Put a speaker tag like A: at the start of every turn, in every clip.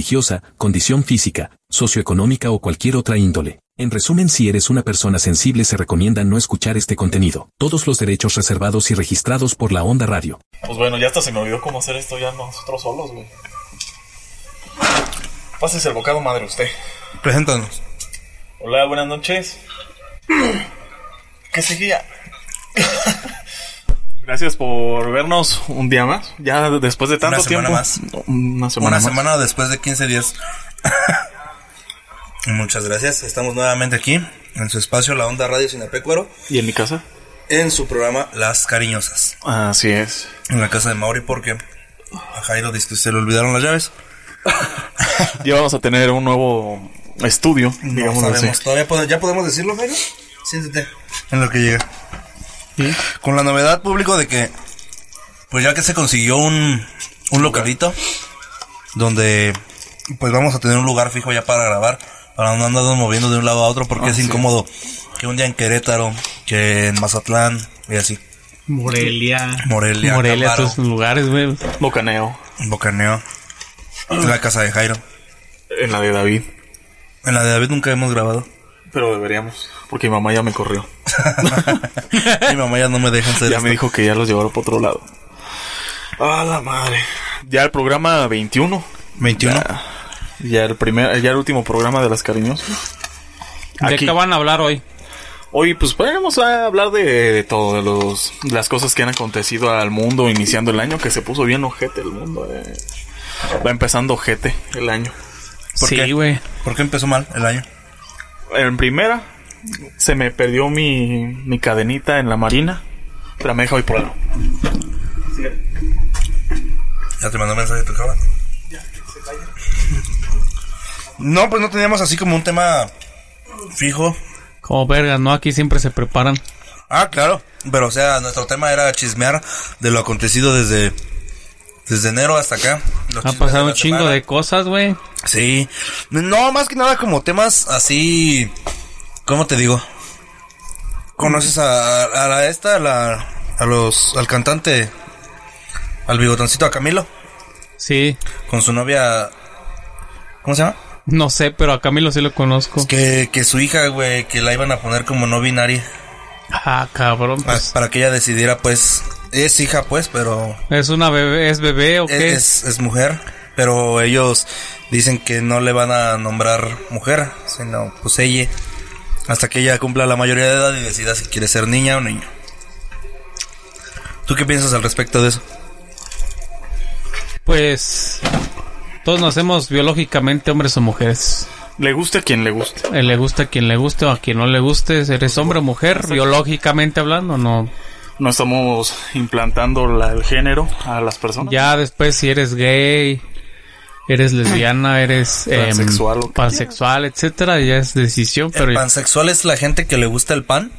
A: religiosa, condición física, socioeconómica o cualquier otra índole. En resumen, si eres una persona sensible se recomienda no escuchar este contenido. Todos los derechos reservados y registrados por la Onda Radio.
B: Pues bueno, ya hasta se me olvidó cómo hacer esto ya nosotros solos, güey. Pásese el bocado, madre, usted.
C: Preséntanos.
B: Hola, buenas noches. ¿Qué seguía? Gracias por vernos un día más. Ya después de tanto
C: Una semana
B: tiempo.
C: más.
B: Una semana
C: Una
B: más.
C: semana después de 15 días. Muchas gracias. Estamos nuevamente aquí en su espacio La Onda Radio Sinapecuaro
B: ¿Y en mi casa?
C: en su programa Las Cariñosas.
B: Así es.
C: En la casa de Mauri porque a Jairo dice que se le olvidaron las llaves.
B: Ya vamos a tener un nuevo estudio,
C: No
B: digamos así.
C: sabemos. Todavía pod- ya podemos decirlo, Jairo. Siéntete. En lo que llega.
B: ¿Sí?
C: Con la novedad público de que pues ya que se consiguió un un localito donde pues vamos a tener un lugar fijo ya para grabar, para no andarnos moviendo de un lado a otro porque es incómodo que un día en Querétaro, que en Mazatlán y así.
D: Morelia.
C: Morelia,
D: Morelia,
C: Acaparo.
D: todos esos lugares, güey.
B: Bocaneo.
C: Bocaneo. En la casa de Jairo.
B: En la de David.
C: En la de David nunca hemos grabado.
B: Pero deberíamos. Porque mi mamá ya me corrió.
C: Mi mamá ya no me deja hacer
B: Ya
C: esto.
B: me dijo que ya los llevaron por otro lado. A la madre. Ya el programa 21.
C: 21.
B: Ya el primer, ya el último programa de las cariñosas.
D: ¿De
B: Aquí.
D: qué van a hablar hoy?
B: Hoy pues vamos a hablar de, de todo, de los, de las cosas que han acontecido al mundo iniciando el año, que se puso bien ojete el mundo. eh. Va empezando ojete el año.
C: ¿Por
D: Sí,
C: qué?
D: güey.
C: ¿Por qué empezó mal el año?
B: En primera, se me perdió mi, mi cadenita en la marina. Pero me deja hoy por algo.
C: Ya te mandó mensaje tu cabrón. No, pues no teníamos así como un tema fijo.
D: Como vergas, ¿no? Aquí siempre se preparan.
C: Ah, claro. Pero o sea, nuestro tema era chismear de lo acontecido desde desde enero hasta acá. Los
D: Ha
C: chismes
D: pasado
C: la
D: un chingo
C: semana.
D: de cosas, güey.
C: Sí. No, más que nada como temas así ¿Cómo te digo? ¿Conoces a, a la esta, a la a los al cantante al bigotoncito a Camilo
D: Sí.
C: con su novia ¿Cómo se llama?
D: No sé, pero a Camilo sí lo conozco.
C: Pues Que, que su hija, güey, que la iban a poner como no binaria.
D: Ah, cabrón.
C: pa-
D: Pues,
C: para que ella decidiera, pues. Es hija, pues, pero. e-,
D: ¿Es una bebé? ¿Es bebé o qué?
C: Es, es mujer. Pero ellos dicen que no le van a nombrar mujer, sino pues ella. Hasta que ella cumpla la mayoría de edad y decida si quiere ser niña o niño. ¿Tú qué piensas al respecto de eso?
D: Pues... Todos nacemos biológicamente hombres o mujeres.
B: Le guste a quien le guste.
D: Eh, le gusta a quien le guste o a quien no le guste. ¿Eres hombre o mujer? Biológicamente hablando, no.
B: No estamos implantando la- el género a las personas.
D: Ya después si eres gay, eres lesbiana, eres em,
B: Transexual, lo que
D: pansexual, etcétera, ya es decisión, pero
C: ¿El pansexual es la gente que le gusta el pan?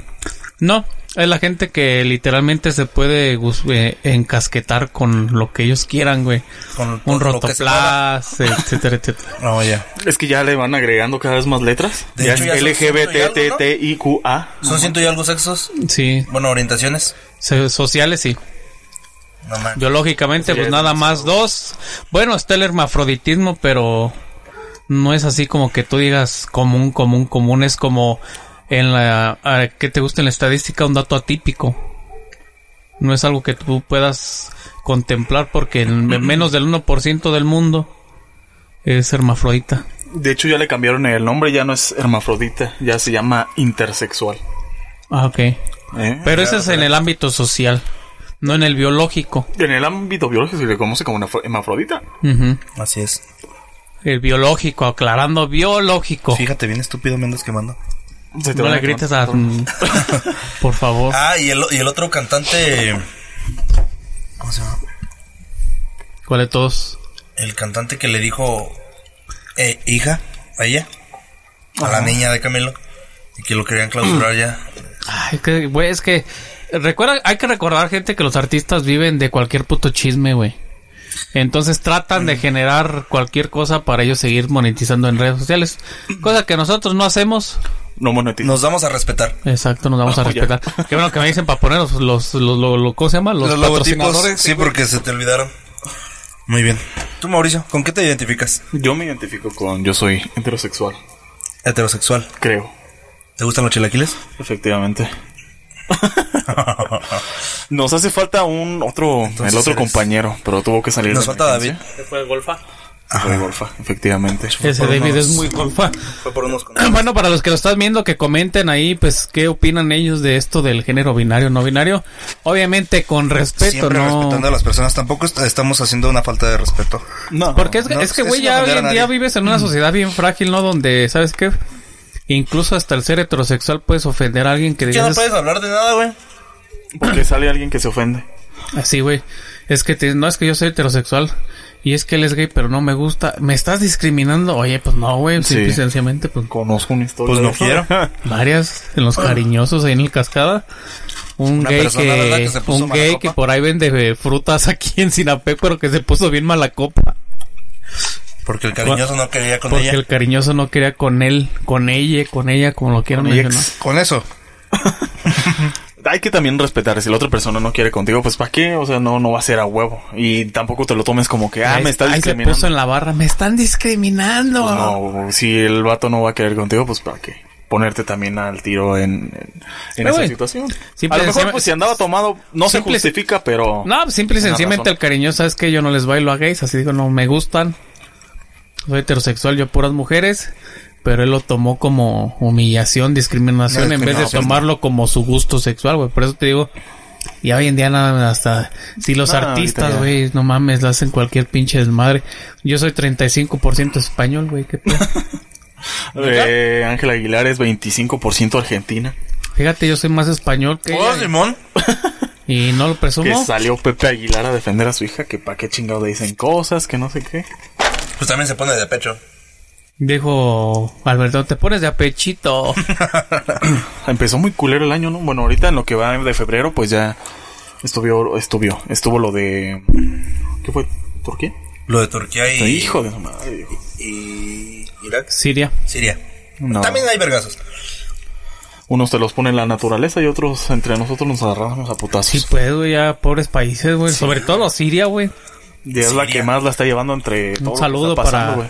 D: no, es la gente que literalmente se puede gus- eh, encasquetar con lo que ellos quieran, güey.
C: Con,
D: Un
C: con lo que se pueda.
D: rotoplas, etcétera, etcétera.
C: No, ya.
B: Es que ya le van agregando cada vez más letras.
C: De
B: ya
C: hecho, ya
B: es
C: son ciento y algo, ¿no?
B: LGBTTIQA.
C: ¿Son ciento y algo sexos?
D: Sí,
C: Bueno, orientaciones.
D: se- sociales sí.
C: No man.
D: Biológicamente pues
B: es
D: nada más dos. Bueno, está el hermafroditismo, pero no es así como que tú digas común, común, común. Es como en la... a- ¿Qué te gusta en la estadística? Un dato atípico. No es algo que tú puedas contemplar porque en me- menos del 1% del mundo es hermafrodita.
B: De hecho, ya le cambiaron el nombre, ya no es hermafrodita, ya se llama intersexual.
D: Ah, ok.
B: ¿Eh?
D: Pero eso es en el ámbito social, no en el biológico.
B: En el ámbito biológico se le conoce como una fro- hermafrodita.
D: Ujú.
C: Así es.
D: El biológico, aclarando, biológico.
C: Fíjate bien estúpido me andas quemando.
B: Se te
D: No
B: van
D: le
B: a
D: grites a...
B: quemar.
D: Por favor.
C: Ah, y el, y el otro cantante. ¿Cómo se llama?
D: ¿Cuál de todos?
C: El cantante que le dijo eh, hija, a ella, a la niña de Camilo, y que lo querían clausurar ya.
D: Ay, que, güey, es que. Recuerda, hay que recordar, gente, que los artistas viven de cualquier puto chisme, güey. Entonces tratan de generar cualquier cosa para ellos seguir monetizando en redes sociales. Cosa que nosotros no hacemos.
B: No monetiza.
C: Nos vamos a respetar.
D: Exacto, nos vamos a
B: Ojo, ya.
D: respetar. Qué bueno que me dicen para poner los, los, los, lo- lo- ¿cómo se llama? Los, patrocinadores.
C: Sí, porque se te olvidaron. Muy bien. Tú, Mauricio, ¿con qué te identificas?
B: Yo me identifico con yo soy heterosexual,
C: Heterosexual.
B: creo,
C: ¿Te gustan los chilaquiles?
B: efectivamente. Nos hace falta un otro,
C: Entonces
B: el otro
C: eres-
B: compañero, pero tuvo que salir.
C: Nos
B: de
C: falta David.
B: emergencia. Se fue de golfa, efectivamente.
D: Ese
C: Por
D: David
C: unos-
D: es muy golfa.
C: Fue por unos
D: Bueno, para los que lo están viendo, que comenten ahí, pues, qué opinan ellos de esto del género binario, no binario. Obviamente, con respeto,
C: Siempre
D: ¿no?
C: respetando a las personas. Tampoco est- estamos haciendo una falta de respeto.
B: No,
D: Porque es, que-
C: No,
D: es que,
C: es
D: güey,
C: sin
D: ya hoy
C: ofender a
D: en día
C: nadie. Mm.
D: vives en una sociedad bien frágil, ¿no? Donde, ¿sabes qué? Incluso hasta el ser heterosexual puedes ofender a alguien que
C: Ya no
D: digas
C: puedes hablar de nada, güey.
B: porque sale alguien que se ofende.
D: así, güey. Es que te- no es que yo soy heterosexual y es que él es gay, pero no me gusta. ¿Me estás discriminando? Oye, pues no, güey.
B: Sí.
D: Simple y sencillamente, pues
B: Conozco una historia.
C: Pues no
B: de eso.
C: quiero.
D: varias en los cariñosos ahí en el cascada. Un
C: Una
D: gay,
C: persona, ¿verdad?
D: que,
C: que se puso
D: un
C: mala
D: gay
C: copa.
D: que por ahí vende eh, frutas aquí en Sinapec, pero que se puso bien mala copa.
C: Porque el cariñoso no quería con
D: Porque
C: ella.
D: el cariñoso no quería con él, con ella, con ella, como lo quieran
B: Con mi ex.
D: mencionar.
C: Con eso.
B: Hay que también respetar. Si la otra persona no quiere contigo, pues ¿para qué? O sea, no, no va a ser a huevo. Y tampoco te lo tomes como que, ah,
D: Ahí-
B: me está
D: ahí se
B: discriminando.
D: puso en la barra, me están discriminando.
B: Pues
D: Ah.
B: no, si el vato no va a querer contigo, pues ¿para qué? Ponerte también al tiro en, en, en
D: Eh,
B: esa
D: güey.
B: situación.
D: Simple
B: a lo mejor,
D: sencilla-
B: pues si andaba tomado, no se
D: Simple-
B: justifica, pero.
D: No, pues, simple y
B: Tiene
D: sencillamente
B: razón.
D: el cariñoso sabes que yo no les bailo a gays, así digo, no me gustan. Soy heterosexual, yo puras mujeres, pero él lo tomó como humillación, discriminación,
C: No,
D: en vez de
C: discriminación.
D: tomarlo como su gusto sexual, güey. Por eso te digo, y hoy en día nada, hasta si los
B: No, ahorita
D: artistas,
B: ya.
D: güey, no mames, le hacen cualquier pinche desmadre. Yo soy 35% español, güey, qué pedo.
B: Eh, Ángel Aguilar es 25% argentina.
D: Fíjate, yo soy más español que
B: Pues,
C: Oh,
D: ella,
C: Simón.
D: y, y no lo
B: Que
D: presumo.
B: salió Pepe Aguilar a defender a su hija, que pa' qué chingado le dicen cosas, que no sé qué.
C: Pues también se pone de pecho.
D: Dijo Alberto, te pones de apechito.
B: Empezó muy culero el año, ¿no? Bueno, ahorita en lo que va de febrero, pues ya estuvo, estuvo, estuvo lo de... ¿Qué fue? ¿Turquía?
C: Lo de Turquía y.
B: Hijo de su madre. hijo.
C: Y. Irak.
D: Siria.
C: Siria.
B: No.
C: También hay vergazos.
B: Unos te los pone en la naturaleza y otros entre nosotros nos agarramos a putazos.
D: Sí, pues, güey, ya pobres países, güey. Sobre todo los Siria, güey.
B: Y es la
C: Siria.
B: que más la está llevando entre todo lo que
D: saludo
B: está pasando,
D: para-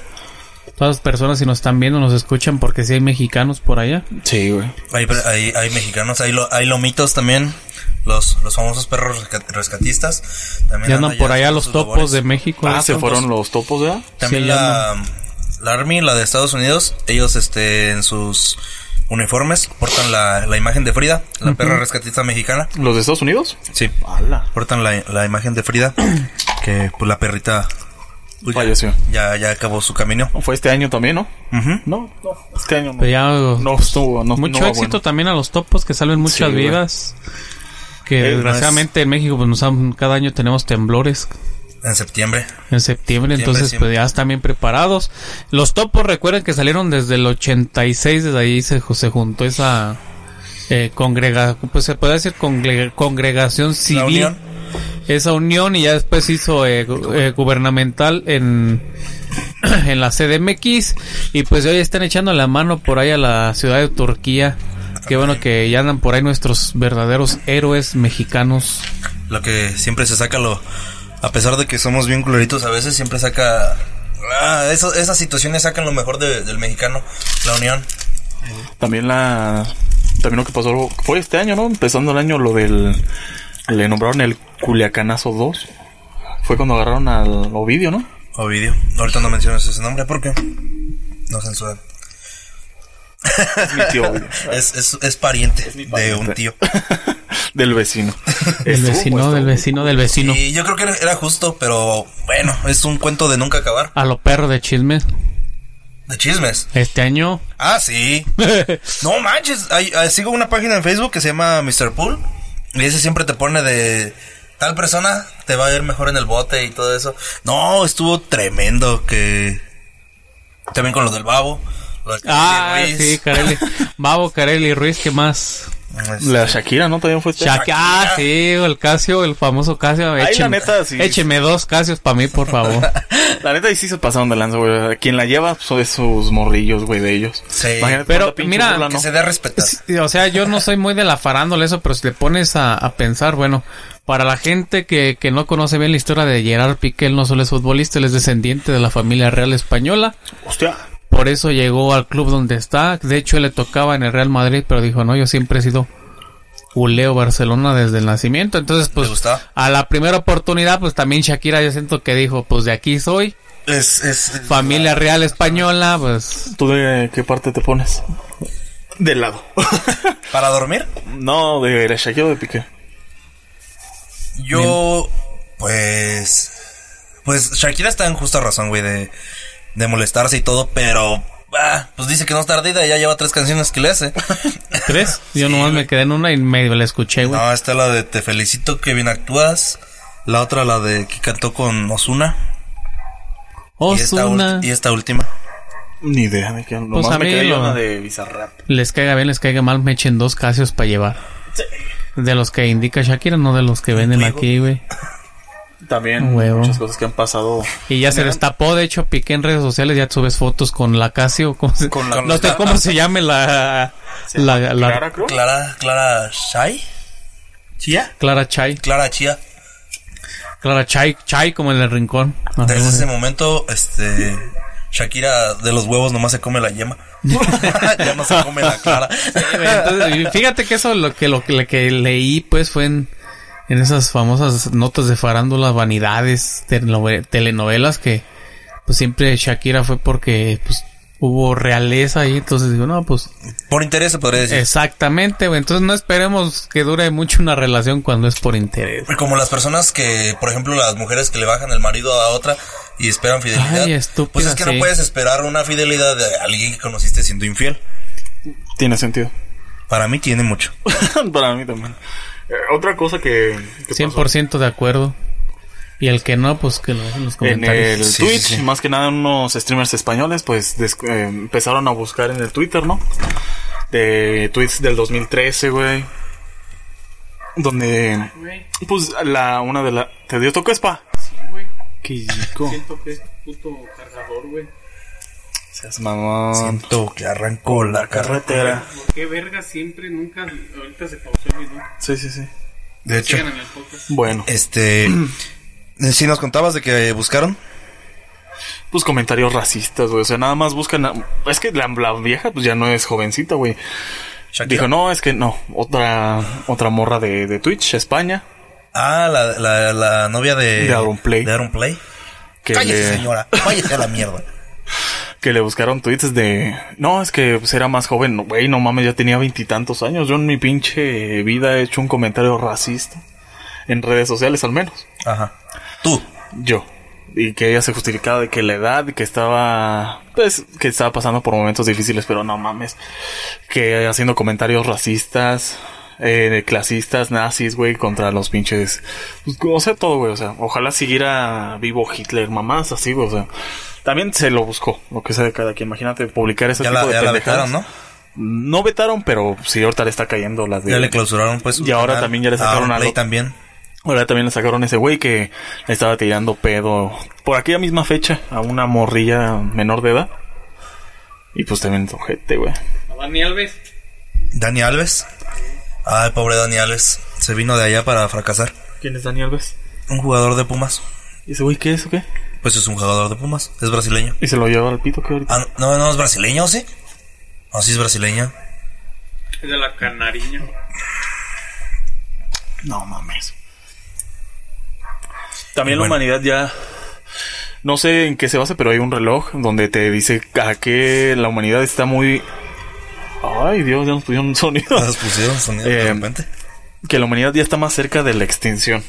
D: Todas las personas, si nos están viendo, nos escuchan porque sí hay mexicanos por allá.
B: güey. Sí, güey.
C: Hay, hay, hay mexicanos, hay, lo, hay lomitos también. Los, los famosos perros rescat- rescatistas. También
D: Ya andan por allá
C: haciendo
D: los
C: sus
D: topos
C: labores.
D: de México.
B: Ah,
D: güey.
B: se fueron los topos, ¿verdad?
C: También
D: Sí, ya
C: la, la Army, la de Estados Unidos, ellos este, en sus uniformes portan la, la imagen de Frida, la perra rescatista mexicana.
B: ¿Los de Estados Unidos?
C: Sí.
B: ¡Hala!
C: Portan la, la imagen de Frida, que pues la perrita pues, ya-
B: Falleció.
C: Ya, ya acabó su camino.
B: Fue este año también, ¿no?
C: Ujú.
B: No, no, este año no.
D: Pero ya,
B: No
D: pues,
B: estuvo, no-
D: mucho
B: no va
D: éxito
B: bueno.
D: también a los topos que salven muchas
B: Sí, güey.
D: vidas. Que
B: Eh,
D: desgraciadamente en México, pues nos han- cada año tenemos temblores
C: En septiembre.
D: en septiembre, entonces
C: siempre.
D: pues ya están bien preparados. Los topos recuerden que salieron desde el 86, desde ahí se, ju- se juntó esa eh, congrega, pues se puede decir congrega- congregación
C: La
D: civil,
C: unión.
D: esa unión y ya después hizo eh, gu- eh, gubernamental en en la CDMX y pues hoy están echando la mano por ahí a la ciudad de Turquía. Qué bueno que ya andan por ahí nuestros verdaderos héroes mexicanos.
C: Lo que siempre se saca lo... A pesar de que somos bien culeritos a veces, siempre saca... Ah, eso- esas situaciones sacan lo mejor de- del mexicano, la unión.
B: También la... También lo que pasó fue este año, ¿no? Empezando el año lo del... Le nombraron el Culiacanazo 2. Fue cuando agarraron al Ovidio, ¿no?
C: Ovidio. Ahorita no mencionas ese nombre porque no censuran.
B: Es mi tío Ovidio.
C: Es, es, es pariente, de un tío.
B: del vecino.
D: Del
B: Estuvo,
D: vecino,
B: estuvo.
D: del vecino, del vecino.
C: Y yo creo que era, era justo, pero bueno, es un cuento de nunca acabar.
D: A los perros de chisme.
C: De chismes.
D: Este año.
C: Ah, sí. No manches. hay- hay- sigo una página en Facebook que se llama Mr. Pool. Y ese siempre te pone de tal persona te va a ir mejor en el bote y todo eso. No, estuvo tremendo que También con los del babo. Los del
D: Ah,
C: Ruiz.
D: sí, Carelli. Babo, Carelli, Ruiz, ¿qué más?
C: Este,
B: La Shakira, ¿no? También fue este.
D: Shakira, ah, sí, o el Casio, el famoso Casio.
B: Ay, la neta, sí.
D: écheme dos Casios para mí, por favor.
B: La neta, y sí se pasaron de lanza, güey. Quien la lleva son esos morrillos, güey, de ellos.
C: Sí.
D: Pero,
B: cuánta pinche
D: mira,
B: burla,
C: Que
B: ¿no?
C: se dé a respetar.
D: Sí, o sea, yo no soy muy de la farándula eso, pero si le pones a, a pensar, bueno, para la gente que, que no conoce bien la historia de Gerard Piqué, él no solo es futbolista, él es descendiente de la familia real española.
B: Hostia.
D: Por eso llegó al club donde está. De hecho, él le tocaba en el Real Madrid, pero dijo, no, yo siempre he sido Uleo Barcelona desde el nacimiento. Entonces, pues,
C: gustaba?
D: a la primera oportunidad, pues también Shakira, yo siento que dijo, pues de aquí soy,
C: Es, es, es-
D: familia real española, pues...
B: ¿Tú de qué parte te pones? Del lado.
C: ¿Para dormir?
B: no, de la Shakira o de Piqué.
C: Yo, pues. Pues Shakira está en justa razón, güey, de, de molestarse y todo, pero. ah, pues dice que no es tardida, ya lleva tres canciones que le hace.
D: ¿Tres? Yo nomás me quedé en una y medio la escuché, güey.
C: no, está la de Te felicito que bien actúas. La otra, la de que cantó con Osuna.
D: Oh,
C: Y esta,
D: Ozuna.
C: ulti- y esta última.
B: Ni idea de qué. Lo
D: Pues
B: más
D: a
B: me
D: mí
B: quedé
D: lo-
B: una de Bizarrap.
D: Les caiga bien, les caiga mal, me echen dos casios para llevar. De los que indica Shakira, no de los que venden aquí, güey.
B: También
D: Huevo.
B: muchas cosas que han pasado.
D: Y ya se destapó, de hecho, piqué en redes sociales, ya subes fotos con la Casio. ¿cómo se-
C: Con la-
D: no sé cómo se llame la... la, la-
B: Clara Cruz.
C: Clara, Clara Shai. ¿Chia?
D: Clara Chai.
C: Clara Chia.
D: Clara Chai, Chai como en el rincón. Así,
C: Desde
D: güey.
C: ese momento, este. Shakira de los huevos nomás se come la yema. ya no se come la clara.
D: Sí, güey, entonces, y fíjate que eso lo que lo que, lo que leí pues fue en, en esas famosas notas de farándula, vanidades, telenove- telenovelas que pues siempre Shakira fue porque pues hubo realeza ahí, entonces digo, no, pues
C: Por interés se podría decir.
D: exactamente, güey, entonces no esperemos que dure mucho una relación cuando es por interés.
C: Como las personas que, por ejemplo, las mujeres que le bajan el marido a otra y esperan fidelidad.
D: Ay, estúpida,
C: pues es que no
D: sí.
C: puedes esperar una fidelidad de alguien que conociste siendo infiel.
B: Tiene sentido.
C: Para mí tiene mucho.
B: Para mí también. Eh, otra cosa que. que
D: 100% de acuerdo. Y el que no, pues que lo dejen en los
B: En
D: comentarios.
B: el
C: Sí,
B: Twitch,
C: sí, sí.
B: más que nada unos streamers españoles, pues des- eh, empezaron a buscar en el Twitter, ¿no? De tweets del 2013, güey. Donde, pues, la, una de las... ¿Te dio toque spa? Sí, güey. Qué rico.
D: que es puto cargador, güey.
B: Seas mamón.
C: Siento que arrancó la carretera.
D: Qué verga siempre, nunca, ahorita se pausó el video.
B: Sí, sí, sí.
C: De hecho,
B: Bueno,
C: este. Si nos contabas de que buscaron.
B: pues comentarios racistas, güey. O sea, nada más buscan... a- Es que la, la vieja, pues, ya no es jovencita, güey.
C: Shakira.
B: Dijo, no, es que no. Otra otra morra de, de Twitch, España.
C: Ah, la, la, la novia de.
B: De Aaron Play.
C: De Aaron Play.
B: Que
C: Cállese,
B: le-
C: señora. Váyase a la mierda.
B: Que le buscaron tweets de. No, es que pues, era más joven. No, Güey, no mames, ya tenía veintitantos años. Yo en mi pinche vida he hecho un comentario racista. En redes sociales, al menos.
C: Ajá. Tú.
B: Yo. Y que ella se justificaba de que la edad, y que estaba. Pues, que estaba pasando por momentos difíciles, pero no mames. Que haciendo comentarios racistas, eh, clasistas, nazis, güey, contra los pinches. Pues, o sea, todo, güey. O sea, ojalá siguiera vivo Hitler, mamás, así, güey. O sea, también se lo buscó, lo que sea de cada quien. Imagínate publicar ese
C: Ya
B: tipo
C: la,
B: de
C: ya la
B: pendejadas.
C: vetaron, ¿no?
B: No vetaron, pero sí, ahorita le está cayendo la de.
C: Ya le clausuraron, pues. su
B: Y ahora
C: canal.
B: también ya le
C: A
B: sacaron
C: Aaron
B: algo.
C: Play también.
B: Ahora también le sacaron ese güey que le estaba tirando pedo por aquella misma fecha a una morrilla menor de edad. Y pues también es ojete, güey.
D: Dani Alves.
C: Dani Alves. Ay, pobre Dani Alves. Se vino de allá para fracasar.
B: ¿Quién es Dani Alves?
C: Un jugador de Pumas.
B: ¿Y ese güey qué es o qué?
C: Pues es un jugador de Pumas. Es brasileño.
B: Y se lo lleva al pito que ahorita.
C: Ah, no, no es brasileño, ¿sí? No, sí es brasileño.
D: Es de la canariña.
B: No mames. También
C: Bueno.
B: la humanidad ya. No sé en qué se basa, pero hay un reloj donde te dice a qué la humanidad está muy. Ay, Dios, ya nos pusieron un sonido.
C: Las pusieron sonido de
B: Eh,
C: repente.
B: que la humanidad ya está más cerca de la extinción.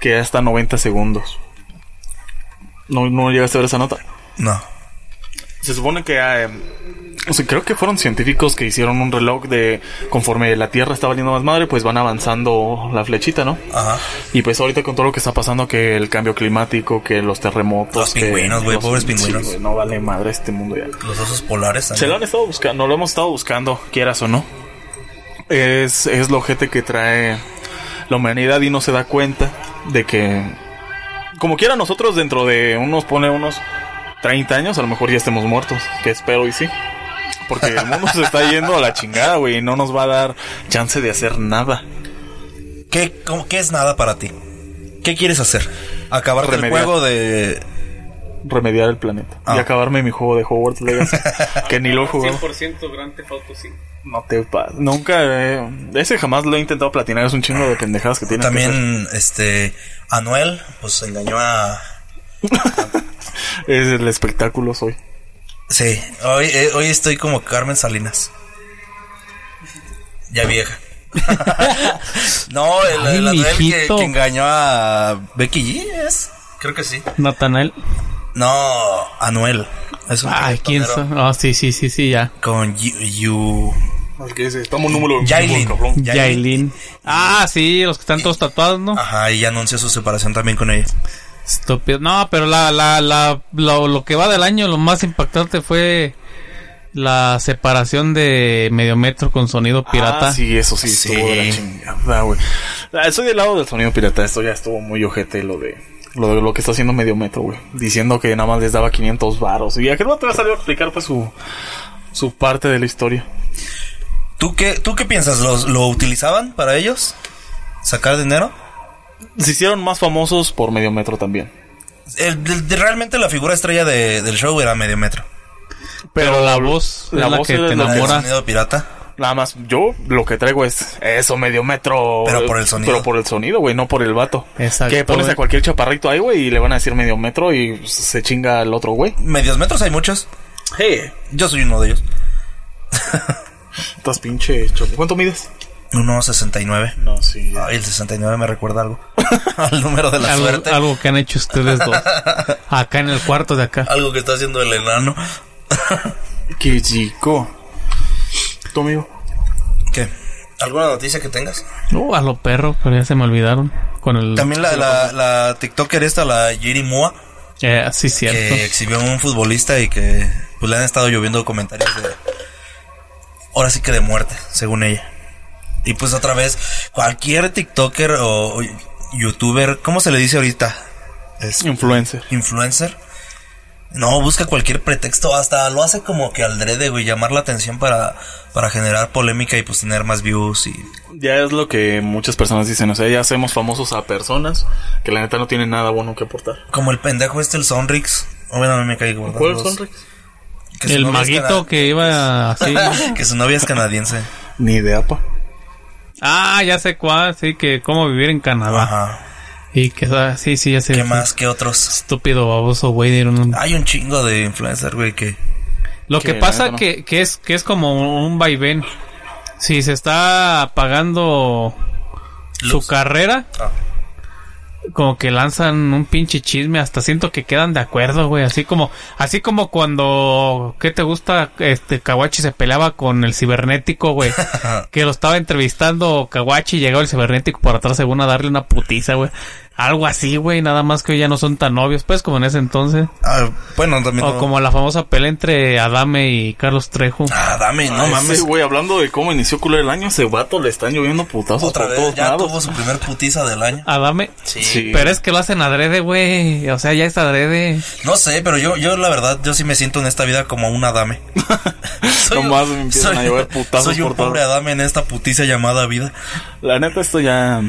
B: Que ya está a 90 segundos. No, no llegaste a ver esa nota.
C: No.
B: Se supone que eh, o sea, creo que fueron científicos que hicieron un reloj de conforme la Tierra está valiendo más madre, pues van avanzando la flechita, ¿no?
C: Ajá.
B: Y pues ahorita con todo lo que está pasando, que el cambio climático, que los terremotos,
C: Los
B: que
C: pingüinos, güey,
B: los-
C: pobres
B: sí,
C: pingüinos.
B: güey, no vale madre este mundo ya.
C: Los osos polares
B: Se lo
C: también.
B: han estado buscando, lo hemos estado buscando, quieras o no. Es, es lo gente que trae la humanidad y no se da cuenta de que, como quiera, nosotros dentro de unos, pone unos 30 años, a lo mejor ya estemos muertos, que espero y sí. Porque el mundo se está yendo a la chingada, güey, y no nos va a dar chance de hacer nada.
C: ¿Qué, cómo- ¿Qué es nada para ti? ¿Qué quieres hacer? ¿Acabar con el
B: Remediar.
C: juego de...?
B: Remediar el planeta y
C: Ah.
B: acabarme mi juego de Hogwarts Legacy, que ni lo he jugado.
D: 100% Grand Theft Auto 5.
B: No te pa- Nunca, eh, ese jamás lo he intentado platinar, es un chingo de pendejadas que tiene.
C: También, este... Anuel, pues engañó a...
B: Es el espectáculo soy.
C: Sí, hoy, eh, hoy estoy como Carmen Salinas. Ya vieja. no, el,
D: Ay,
C: el Anuel que,
D: mijito.
C: que engañó a Becky G, ¿es? Creo que sí.
D: Nathanael.
C: No, Anuel. Es un
D: Ay, ¿quién
C: reggaetonero
D: son? Ah, sí, sí, sí, sí, ya.
C: Con Yu... Yu-
B: Toma un número
C: Yailin.
D: Yailin. Ah, sí, los que están todos tatuados, ¿no?
C: Ajá, y ya anunció su separación también con ella.
D: Estúpido. No, pero la, la, la, lo, lo que va del año, lo más impactante fue la separación de medio metro con sonido pirata.
B: Ah, sí, eso sí,
C: Sí.
B: estuvo de la chingada, güey. Ah, Estoy del lado del sonido pirata, esto ya estuvo muy ojete lo de lo, de- lo que está haciendo medio metro, güey. Diciendo que nada más les daba 500 varos. Y aquel te va a salir a explicar pues su su parte de la historia.
C: ¿Tú qué, tú qué piensas? ¿Los, ¿Lo utilizaban para ellos? ¿Sacar dinero?
B: Se hicieron más famosos por medio metro también.
C: El- el- de- realmente la figura estrella de- del show era medio metro.
D: Pero, la voz
B: la
D: es la
B: voz
D: que
B: es
D: te
B: la-
C: El
D: enamora.
C: sonido pirata.
B: Nada más, yo lo que traigo es eso, medio metro.
C: Pero por el sonido.
B: Pero por el sonido, güey, no por el vato.
D: Exacto,
B: Que pones
D: güey.
B: a cualquier chaparrito ahí, güey, y le van a decir medio metro y se chinga al otro, güey.
C: Medios metros hay muchos.
B: Hey,
C: Yo soy uno de ellos.
B: estás pinche chopo. ¿Cuánto mides?
C: 1.69.
B: No, sí.
C: Ay, el 69 me recuerda algo. Al número de la
D: Algo,
C: suerte.
D: algo que han hecho ustedes dos. Acá en el cuarto de acá.
C: Algo que está haciendo el enano.
B: Qué chico. ¿Tu amigo?
C: ¿Qué? ¿Alguna noticia que tengas?
D: Uh, a los perros, pero ya se me olvidaron. Con el.
C: También la, la, la TikToker esta, la Jiri Mua,
D: Eh, sí, cierto.
C: que exhibió a un futbolista y que pues le han estado lloviendo comentarios de... Ahora sí que de muerte, según ella. Y pues otra vez, cualquier TikToker o o youtuber, ¿cómo se le dice ahorita? Es
B: Influencer.
C: influencer. No, busca cualquier pretexto, hasta lo hace como que al drede, güey, llamar la atención para, para generar polémica y pues tener más views y...
B: Ya es lo que muchas personas dicen. O sea, ya hacemos famosos a personas que la neta no tienen nada bueno que aportar.
C: Como el pendejo este, el Sonrix. Oh, bueno, a mí me cae gordo.
B: ¿Cuál
C: Los-
B: son, Rex?
C: que su
D: el
C: novia es
D: maguito que iba así.
C: cana- que su novia es canadiense.
B: Ni idea, pa.
D: ah, ya sé cuál. Sí, que cómo vivir en Canadá.
C: Ajá.
D: Y que ah, sí, Ah, sí, ya sé.
C: ¿Qué más? ¿Qué otros?
D: Estúpido baboso, güey. dieron un-
C: Hay un chingo de influencer, güey, que...
D: Lo
B: Que
D: que
B: la
D: pasa
B: neta no.
D: que, que es que es como un vaivén. Si se está apagando su
C: Luz.
D: carrera,
C: Ah.
D: como que lanzan un pinche chisme, hasta siento que quedan de acuerdo, güey, así como así como cuando ¿qué te gusta? Este Kawachi se peleaba con el cibernético, güey, que lo estaba entrevistando Kawachi y llegó el cibernético por atrás según a darle una putiza, güey. Algo así, güey, nada más que hoy ya no son tan novios, pues como en ese entonces.
C: Ah, bueno, también...
D: O
C: no-
D: como la famosa pelea entre Adame y Carlos Trejo.
C: Ah, dame, no
B: Ah, ese
C: mames.
B: güey, hablando de cómo inició culo el año, ese vato le están lloviendo putazos
C: Otra
B: por
C: vez,
B: todos
C: ya
B: lados.
C: tuvo su primer putiza del año.
D: Adame.
B: Sí.
D: Pero es que lo hacen adrede, güey. O sea, ya es adrede.
C: No sé, pero yo, yo la verdad, yo sí me siento en esta vida como un adame.
B: Nomás me empiezan a llover putazos
C: soy un
B: por todo.
C: pobre adame en esta putiza llamada vida.
B: La neta, esto ya.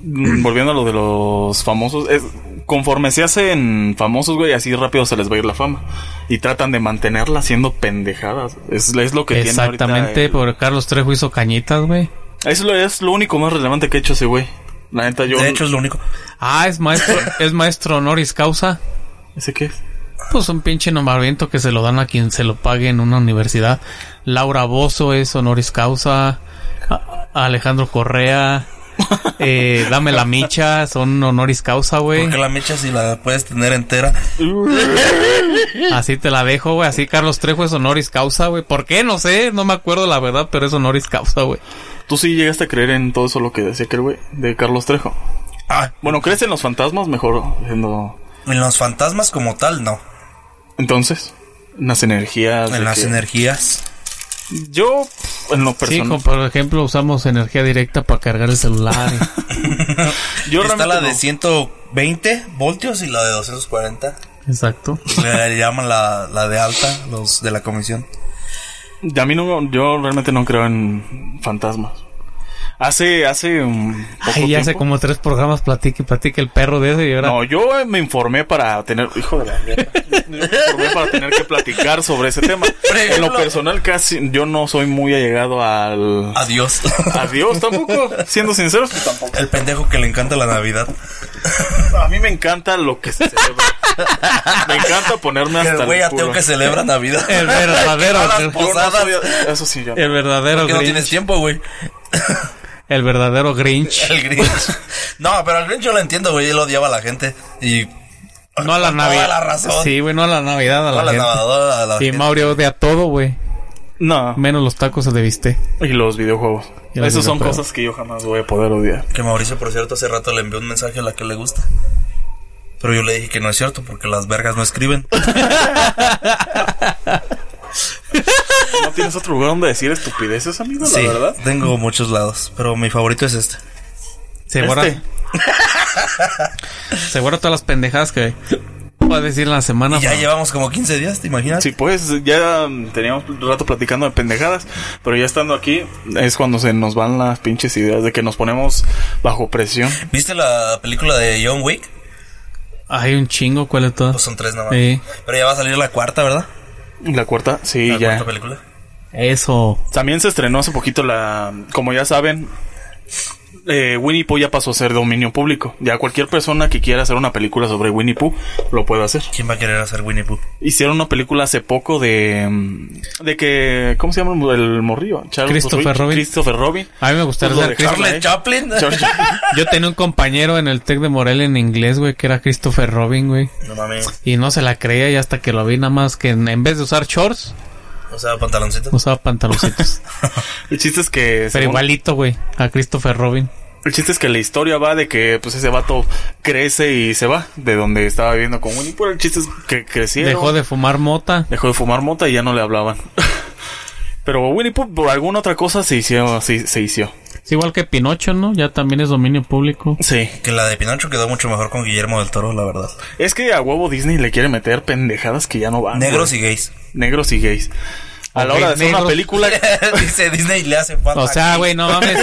B: mm, Volviendo a lo de los famosos, es, conforme se hacen famosos, güey, así rápido se les va a ir la fama. Y tratan de mantenerla haciendo pendejadas. Es, es lo que tiene ahorita
D: Exactamente,
C: pues.
B: el-
D: porque Carlos Trejo hizo cañitas, güey.
B: Eso lo- es lo único más relevante que ha hecho ese güey. La neta, yo.
C: De hecho, es lo único.
D: Ah, es maestro, es maestro honoris causa.
B: ¿Ese qué es?
D: Pues un pinche nombramiento que se lo dan a quien se lo pague en una universidad. Laura Bozo es honoris causa. A- Alejandro Correa. eh, dame la micha, son honoris causa, güey.
C: Porque la mecha si la puedes tener entera.
D: Así te la dejo, güey. Así Carlos Trejo es honoris causa, güey. ¿Por qué? No sé, no me acuerdo la verdad, pero es honoris causa, güey.
B: ¿Tú sí llegaste a creer en todo eso lo que decía aquel güey de Carlos Trejo?
C: Ah,
B: Bueno, ¿crees en los fantasmas? Mejor diciendo...
C: en los fantasmas como tal, no.
B: Entonces, en las energías. de
C: En las
B: que-
C: energías.
B: Yo, pff, en lo
D: Sí,
B: personal.
D: como por ejemplo usamos energía directa para cargar el celular.
B: yo
C: Está la
B: realmente
C: de
B: no.
C: 120 voltios y la de 240.
D: Exacto.
C: Le llaman la, la de alta, los de la comisión.
B: A mí no, yo realmente no creo en fantasmas. Hace, hace un poco
D: Ay, ya hace
B: tiempo-
D: como tres programas platique y platique el perro de eso y ahora.
B: No, yo eh, me informé para tener, hijo de la mierda. Yo me informé para tener que platicar sobre ese tema. En lo personal casi, yo no soy muy allegado al,
C: Adiós.
B: a Dios tampoco, siendo sinceros, pues, tampoco.
C: El pendejo que le encanta la Navidad.
B: A mí me encanta lo que se celebra. Me encanta ponerme hasta
C: El güey
B: el culo.
C: ateo que celebra Navidad.
D: El verdadero.
C: Ahora
B: Yo
D: el-
B: no
C: Posada.
B: sabía- eso sí, yo.
D: el verdadero
C: Que no
D: Grinch.
C: tienes tiempo, güey.
D: El verdadero Grinch.
C: El Grinch. No, pero al Grinch yo lo entiendo, güey. Él odiaba a la gente. Y.
D: No a la
C: Con toda
D: Navidad.
C: la razón.
D: Sí, güey, no a la Navidad, a
C: a
D: la,
C: la
D: gente.
C: Navidad, a la
D: Y
C: gente.
D: Mauro odia todo, güey.
B: No.
D: Menos los tacos de viste.
B: Y los videojuegos.
D: Y los
B: Esas son
D: videojuegos.
B: cosas que yo jamás voy a poder odiar.
C: Que Mauricio, por cierto, hace rato le envió un mensaje a la que le gusta. Pero yo le dije que no es cierto porque las vergas no escriben.
B: ¿No tienes otro lugar donde decir estupideces, amigo?
C: Sí,
B: La verdad.
C: tengo muchos lados, pero mi favorito es este.
D: Se borra.
B: Este.
D: Se borra todas las pendejadas que va a decir la semana.
C: Y ya
D: pa-
C: llevamos como 15 días, ¿te imaginas?
B: Sí, pues ya mm, teníamos un rato platicando de pendejadas, pero ya estando aquí es cuando se nos van las pinches ideas de que nos ponemos bajo presión.
C: ¿Viste la película de John Wick?
D: Hay un chingo, ¿cuál es todo?
C: Pues son tres nada más.
D: Ah. Sí.
C: Pero ya va a salir la cuarta, ¿verdad?
B: La cuarta, sí,
C: la
B: ya.
C: cuarta película.
D: Eso.
B: También se estrenó hace poquito la... Como ya saben, eh, Winnie Pooh ya pasó a ser dominio público. Ya cualquier persona que quiera hacer una película sobre Winnie Pooh lo puede hacer.
C: ¿Quién va a querer hacer Winnie Pooh?
B: Hicieron una película hace poco de... mm, De que... ¿Cómo se llama el mo- el morrillo? Charles
D: Christopher
B: Boswick,
D: Robin.
B: Christopher Robin.
D: A mí me gustaría
B: Pues lo
D: ser
B: dejaron
D: Christopher-
C: ¿Charlie Chaplin?
B: Charles-
D: Yo tenía un compañero en el Tec de Morelia en inglés, güey, que era Christopher Robin, güey.
C: no mames.
D: Y no se la creía y hasta que lo vi nada más que en, en vez de usar shorts,
C: O sea, pantaloncito.
D: usaba pantaloncitos.
B: El chiste es que...
D: Pero
B: según-
D: igualito, güey, a Christopher Robin.
B: El chiste es que la historia va de que pues ese vato crece y se va de donde estaba viviendo con Winnie. Pero el chiste es que crecieron.
D: Dejó de fumar mota.
B: Dejó de fumar mota y ya no le hablaban. Pero Winnie Pooh por alguna otra cosa se hizo, se, se hizo.
D: Es igual que Pinocho, ¿no? Ya también es dominio público.
B: Sí.
C: Que la de Pinocho quedó mucho mejor con Guillermo del Toro, la verdad.
B: Es que a huevo Disney le quiere meter pendejadas que ya no van.
C: Negros
B: Ah, güey.
C: y gays.
B: Negros y gays. A la
D: Ok,
B: hora de hacer una
D: negros.
B: película...
C: Dice Disney le hace falta.
D: O sea,
C: aquí.
D: güey, no mames.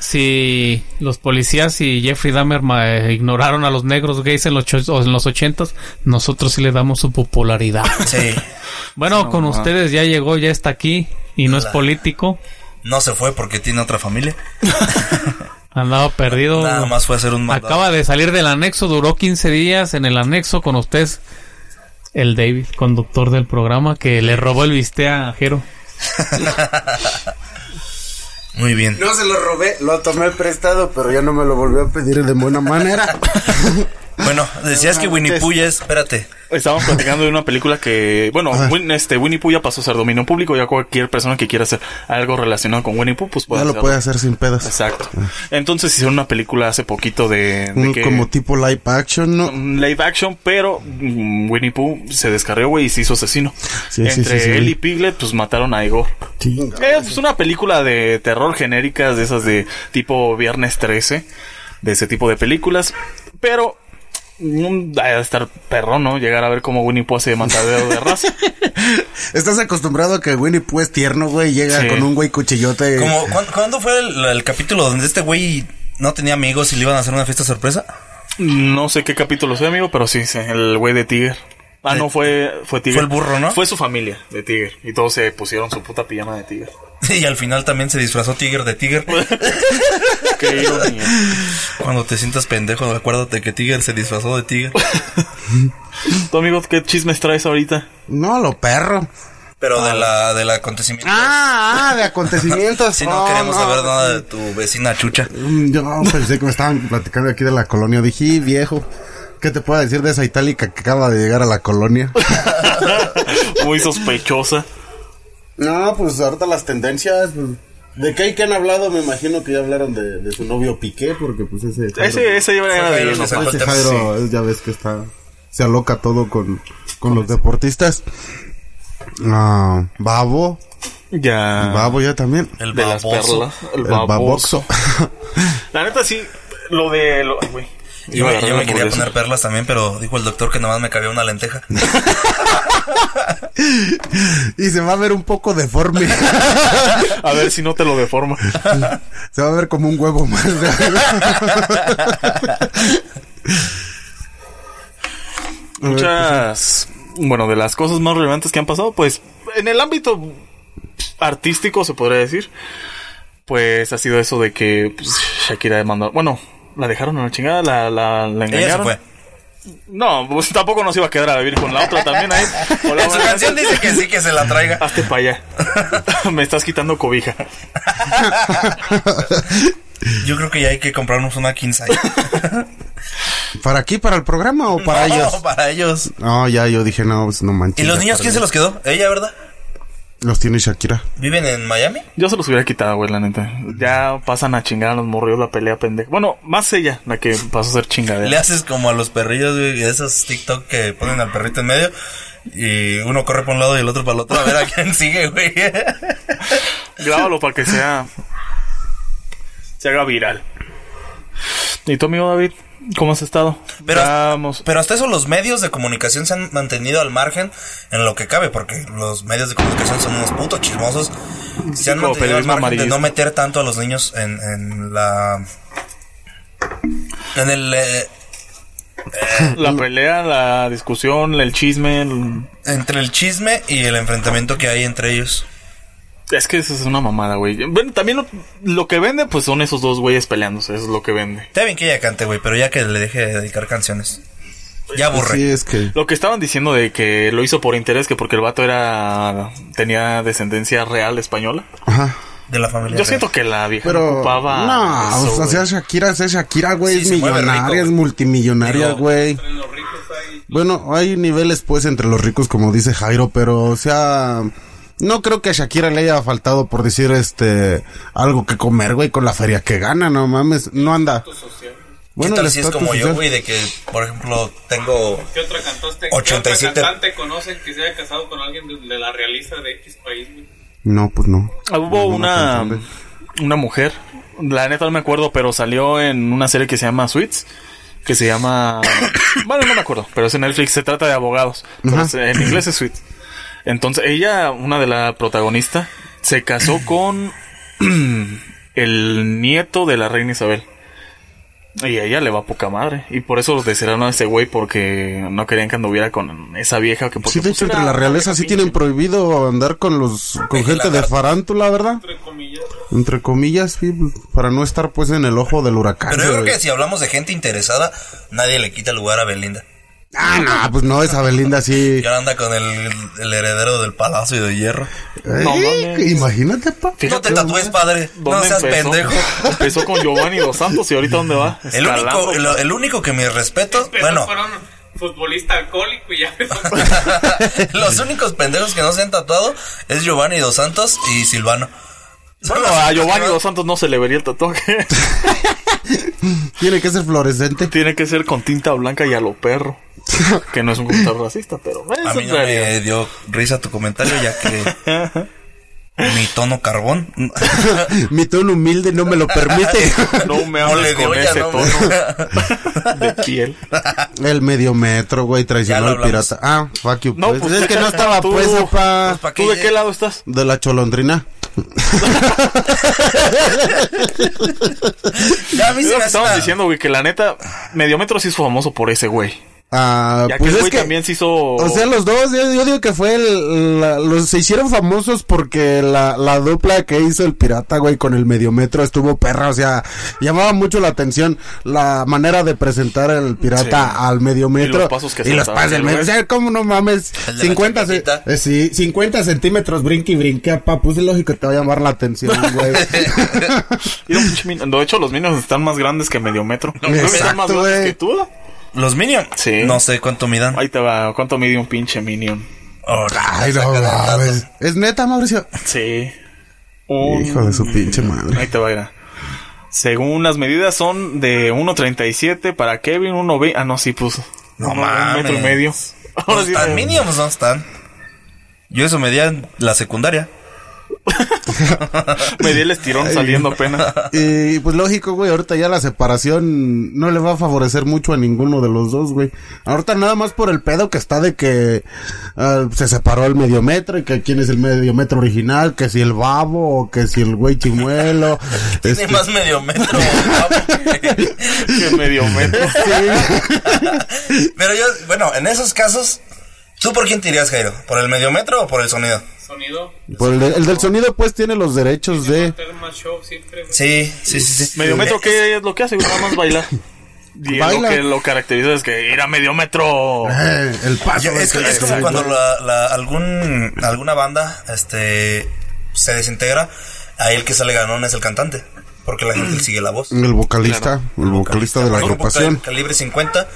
D: Si los policías y Jeffrey Dahmer ma, eh, ignoraron a los negros gays en los, cho- o en los ochentas, nosotros sí le damos su popularidad.
C: Sí.
D: Bueno,
B: No,
D: con
B: ma.
D: ustedes ya llegó, ya está aquí y no es
C: La-
D: político.
C: No se fue porque tiene otra familia.
D: Andaba perdido.
C: Nada más fue a hacer un mandado.
D: Acaba de salir del anexo, duró 15 días en el anexo con ustedes. El David, conductor del programa, que le robó el bistec a Jero.
C: Muy bien.
E: No se lo robé, lo tomé prestado, pero ya no me lo volvió a pedir de buena manera.
C: Bueno, decías que Winnie Pooh ya es. Espérate.
B: Estábamos platicando de una película que, bueno, Win- este Winnie Pooh ya pasó a ser dominio público, ya cualquier persona que quiera hacer algo relacionado con Winnie Pooh, pues puede
E: ya lo
B: hacerlo.
E: puede hacer sin pedas.
B: Exacto. Entonces hicieron una película hace poquito de, de
E: Un,
B: que-
E: Como tipo live action, ¿no?
B: un live action, pero mm, Winnie Pooh se descarrió, güey, y se hizo asesino.
E: Sí, sí,
B: Entre
E: sí, sí,
B: él
E: vi.
B: y Piglet, pues mataron a Igor.
E: Chinga.
B: Eh, Es una película de terror genéricas, de esas de tipo Viernes 13, de ese tipo de películas. Pero mm, ha de estar perro, ¿no? Llegar a ver cómo Winnie Pooh hace de matadero de raza.
E: Estás acostumbrado a que Winnie Pooh es tierno, güey, llega
B: Sí.
E: con un güey cuchillote.
C: Como, ¿cuándo, cuándo fue el, el capítulo donde este güey no tenía amigos y le iban a hacer una fiesta sorpresa?
B: No sé qué capítulo soy, amigo, pero sí, sí, el güey de Tiger. Ah, no, fue, fue Tiger.
C: Fue el burro, ¿no?
B: Fue su familia de Tiger. Y todos se pusieron su puta pijama de Tiger.
C: Y al final también se disfrazó Tiger de Tiger.
B: Qué ironía.
C: Cuando te sientas pendejo, acuérdate que Tiger se disfrazó de Tiger.
B: ¿Tú, amigo, qué chismes traes ahorita?
E: No, lo perro.
C: pero de la del acontecimiento.
E: Ah, ah, de acontecimientos.
C: Si no
E: Oh,
C: queremos
E: no.
C: saber nada de tu vecina chucha.
E: Mm, Yo pensé que me estaban platicando aquí de la colonia. Dije, "Y, viejo, ¿qué te puedo decir de esa itálica que acaba de llegar a la colonia?
B: Muy sospechosa.
E: No, pues ahorita las tendencias. pues, ¿De qué hay que han hablado? Me imagino que ya hablaron de, de su novio Piqué, porque pues ese.
B: Ese, ese lleva
C: Fue
B: ganas de
C: Jairo que
B: irnos.
C: sacó el
E: Ese
C: tema.
E: Jairo, ya ves que está. Se aloca todo con, con los deportistas. Ah, babo.
C: Ah.
B: Ya.
E: Babo ya también.
C: Sí, El
B: de las
C: baboso.
B: perlas. El baboso.
E: baboxo.
B: La neta sí, lo de... Lo, ay, güey.
C: Yo,
B: Iba a
C: me-
B: agarrar
C: yo
B: la
C: me quería
B: hamburguesa.
C: poner perlas también, pero dijo el doctor que nada más me cabía una lenteja.
E: y se va a ver un poco deforme.
B: A ver si no te lo deforma.
E: se va a ver como un huevo más.
C: pues,
B: Muchas... Bueno, de las cosas más relevantes que han pasado, pues en el ámbito artístico se podría decir, pues ha sido eso de que pues, Shakira demandó... Bueno, la dejaron en la chingada, la, la, la
C: Ella se
B: engañaron.
C: fue.
B: No, pues tampoco nos iba a quedar a vivir con la otra también ahí. Hola, Ah.
C: En su
B: buenas
C: canción
B: noches.
C: dice que sí, que se la traiga.
B: Hazte para allá. Me estás quitando cobija.
C: Yo creo que ya hay que comprarnos una 15 años.
E: ¿Para aquí, para el programa o para
C: No,
E: ellos?
C: Para ellos.
E: No, ya yo dije, no, pues no
C: ¿Y
E: manches.
C: los
E: ya
C: niños quién
E: perdí.
C: se los quedó? Ella, ¿verdad?
E: Los tiene Shakira.
C: ¿Viven en Miami?
B: Yo se los hubiera quitado, güey, la neta. Ya pasan a chingar a los morridos la pelea pendeja. Bueno, más ella, la que pasó a ser
C: Le
B: chingadera.
C: haces como a los perrillos, güey, de esos TikTok que ponen al perrito en medio. Y uno corre para un lado y el otro para el otro. A ver a quién sigue, güey.
B: Grábalo para que sea. Se haga viral. ¿Y tú, amigo David? ¿Cómo has estado?
C: Pero-
B: Vamos.
C: Pero hasta eso los medios de comunicación se han mantenido al margen en lo que cabe, porque los medios de comunicación son unos putos chismosos. Se han
B: como
C: mantenido al
B: periodismo
C: margen de
B: amarillista.
C: no meter tanto a los niños en, en la... En el... eh,
B: La pelea, la discusión, el chisme. el-
C: entre el chisme y el enfrentamiento que hay entre ellos.
B: Es que eso es una mamada, güey. Bueno, también lo, lo que vende, pues son esos dos güeyes peleándose. Eso es lo que vende.
C: Está bien que ella cante, güey, pero ya que le deje de dedicar canciones. Ya aburre.
E: Pues Sí, es que.
B: Lo que estaban diciendo de que lo hizo por interés, que porque el vato era tenía descendencia real española.
E: Ajá.
C: De la familia.
B: Yo
C: real.
B: siento que la vieja
E: Pero.
B: ocupaba.
E: No,
B: eso,
E: o sea,
B: güey.
E: sea Shakira, sea Shakira, güey.
C: Sí,
E: es
C: se mueve rico,
E: millonaria, es
C: güey.
E: multimillonaria,
C: Digo,
E: güey. Bueno, hay niveles, pues, entre los ricos, como dice Jairo, pero, o sea. No creo que a Shakira le haya faltado por decir este algo que comer, güey, con la feria que gana, no mames, no anda.
C: ¿Qué
E: el
C: tal si es
E: estatus
C: como yo,
E: social-
C: güey, de que, por ejemplo, tengo...
F: ¿Qué otra, cantaste,
C: 87.
F: ¿Qué otra cantante conocen que se haya casado con alguien de, de la realista de X país? güey?
E: No, pues no.
B: Ah, Hubo
E: No,
B: una,
E: no me sorprende.
B: una mujer, la neta no me acuerdo, pero salió en una serie que se llama Suits, que se llama... bueno, no me acuerdo, pero es en Netflix, se trata de abogados. pero
E: Ajá.
B: es- en inglés es Suits. Entonces, ella, una de la protagonista, se casó con el nieto de la reina Isabel. Y a ella le va poca madre. Y por eso los desearon a ese güey porque no querían que anduviera con esa vieja que porque
E: Sí, de
B: pues,
E: hecho, entre
B: era
E: la
B: una
E: realeza
B: vieja
E: sí
B: pinche.
E: tienen prohibido andar con los con gente de farántula, ¿verdad?
F: Entre comillas.
E: Entre comillas, sí, para no estar pues en el ojo del huracán.
C: Pero yo creo
E: güey.
C: que si hablamos de gente interesada, nadie le quita lugar a Belinda.
E: Ah, no, pues no, esa Belinda sí.
C: Y ahora anda con el, el heredero del palacio y de hierro.
B: No
E: Ey,
B: mames.
E: imagínate, pa.
C: No
B: Fíjate,
C: te tatúes, padre. No
B: ¿Dónde
C: seas
B: empezó?
C: pendejo.
B: Empezó con Giovanni Dos Santos y ahorita dónde va.
C: El único,
B: Escalando.
C: el, el único que mis respetos,
F: Pero
C: bueno,
F: fueron futbolista alcohólico y ya empezó con-
C: los únicos pendejos que no se han tatuado es Giovanni Dos Santos y Silvano. Son
B: Bueno,
C: los
B: a
C: únicos
B: Giovanni
C: que no-
B: Dos Santos no se le vería el tatuaje.
E: Tiene que ser fluorescente.
B: Tiene que ser con tinta blanca y a lo perro. Que no es un comentario racista, pero es
C: A mí
B: en
C: no
B: realidad.
C: me dio risa tu comentario, ya que mi tono carbón
E: Mi tono humilde no me lo permite.
B: No me
C: No
B: hables
C: le dio,
B: con
C: ya
B: ese
C: no me-
B: tono de piel.
E: el medio metro, güey, traicionó
C: Ya lo
E: al pirata. Ah, fuck you.
B: No,
E: pues.
B: pues,
E: es que no estaba
B: tú- Pues,
E: presa, pa.
C: ¿Para
B: ¿Tú de
C: qué?
B: qué lado estás?
E: De la cholondrina.
C: Ya a mí
B: Es
C: se
B: lo que
C: me hace
B: estamos
C: una-
B: diciendo, güey, que la neta, Mediometro sí es famoso por ese güey.
E: Ah,
B: Y aquel
E: pues es
B: güey
E: que.
B: también se hizo.
E: O sea, los dos, yo, yo digo que fue el, la- los se hicieron famosos porque la, la dupla que hizo el pirata, güey, con el mediometro estuvo perra, o sea, llamaba mucho la atención la manera de presentar el pirata
B: Sí.
E: al mediometro.
B: Y los pasos que
E: Y los
B: saltaba
E: pasos del
B: el güey.
E: medio- o sea, cómo no mames,
C: El de la
E: 50, ce-
C: chaquetita.
E: eh, sí, 50 centímetros brinque y brinque, papus, es lógico que te va a llamar la atención, güey.
B: Mira, pinche min- De hecho, los minions están más grandes que medio metro.
C: No, mames,
B: están más
E: exacto,
B: grandes
E: güey.
B: que tú.
C: ¿Los Minions?
B: Sí.
C: No sé cuánto midan.
B: Ahí te va. ¿Cuánto mide un pinche minion?
C: Ahora,
E: Ay, no
C: saca el dato.
E: mames. Es neta, Mauricio.
B: Sí. Un-
E: Hijo de su pinche madre.
B: Ahí te va, mira. Según las medidas son de 1.37 para Kevin, 1.20. Ah, no, sí puso.
C: No
B: Uno- un metro y
C: mames.
B: medio.
C: ¿No
E: Pues
B: Ahora sí.
C: están
B: me-
C: Minions? Pues ¿No están? Yo eso medía en la secundaria.
B: Me di el estirón saliendo apenas.
E: Y pues lógico, güey, ahorita ya la separación no le va a favorecer mucho a ninguno de los dos, güey. Ahorita nada más por el pedo que está de que ah, se separó el mediometro y que quién es el mediometro original, que si el babo o que si el güey chimuelo.
C: Tiene
E: este,
C: más medio metro. guapo.
B: Que medio metro.
C: Pero yo, bueno, en esos casos, ¿tú por quién te irías, Jairo? ¿Por el medio metro o por el sonido?
F: Sonido.
E: por el, de- el del sonido pues tiene los derechos de...
F: Tener más show siempre. güey.
C: Sí, sí, sí. sí.
B: Medio metro, ¿qué es lo que hace? güey? Nada más bailar. Y
E: Baila.
B: lo que lo caracteriza es que ir a medio metro.
E: Eh, el paso.
C: Yo- es,
E: del-
C: es como cuando la- la- algún, alguna banda este, se desintegra, ahí el que sale ganón es el cantante, porque la gente sigue la voz.
E: El vocalista, el vocalista de la
C: Un grupo
E: Mm, agrupación.
C: cal- Calibre 50,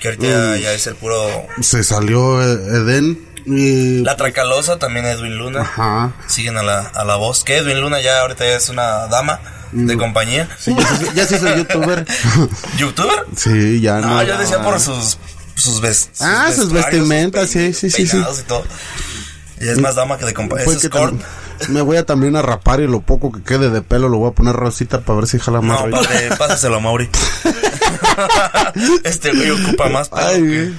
C: que ahorita ya es el puro...
E: Se salió eh, Eden y...
C: La Tracalosa, también Edwin Luna.
E: Ajá.
C: Siguen a la, a la voz, que Edwin Luna ya ahorita ya es una dama de compañía.
E: Mm. Sí, ya se- ya se hizo youtuber.
C: ¿Youtuber?
E: Sí, ya no.
C: No, yo decía por sus sus ves-
E: Ah,
C: vestuarios,
E: sus vestimentas,
C: pein-
E: sí, sí, sí, sí.
C: peinados y todo. Y es más dama que de compañía.
E: Fue
C: pues, Es
E: que
C: escort.
E: tam- me voy a también a rapar y lo poco que quede de pelo lo voy a poner rosita para ver si jala más.
C: No,
E: raíz.
C: padre, pásaselo a Mauri. este güey ocupa más. pelo
E: Ay,
C: que-
E: güey.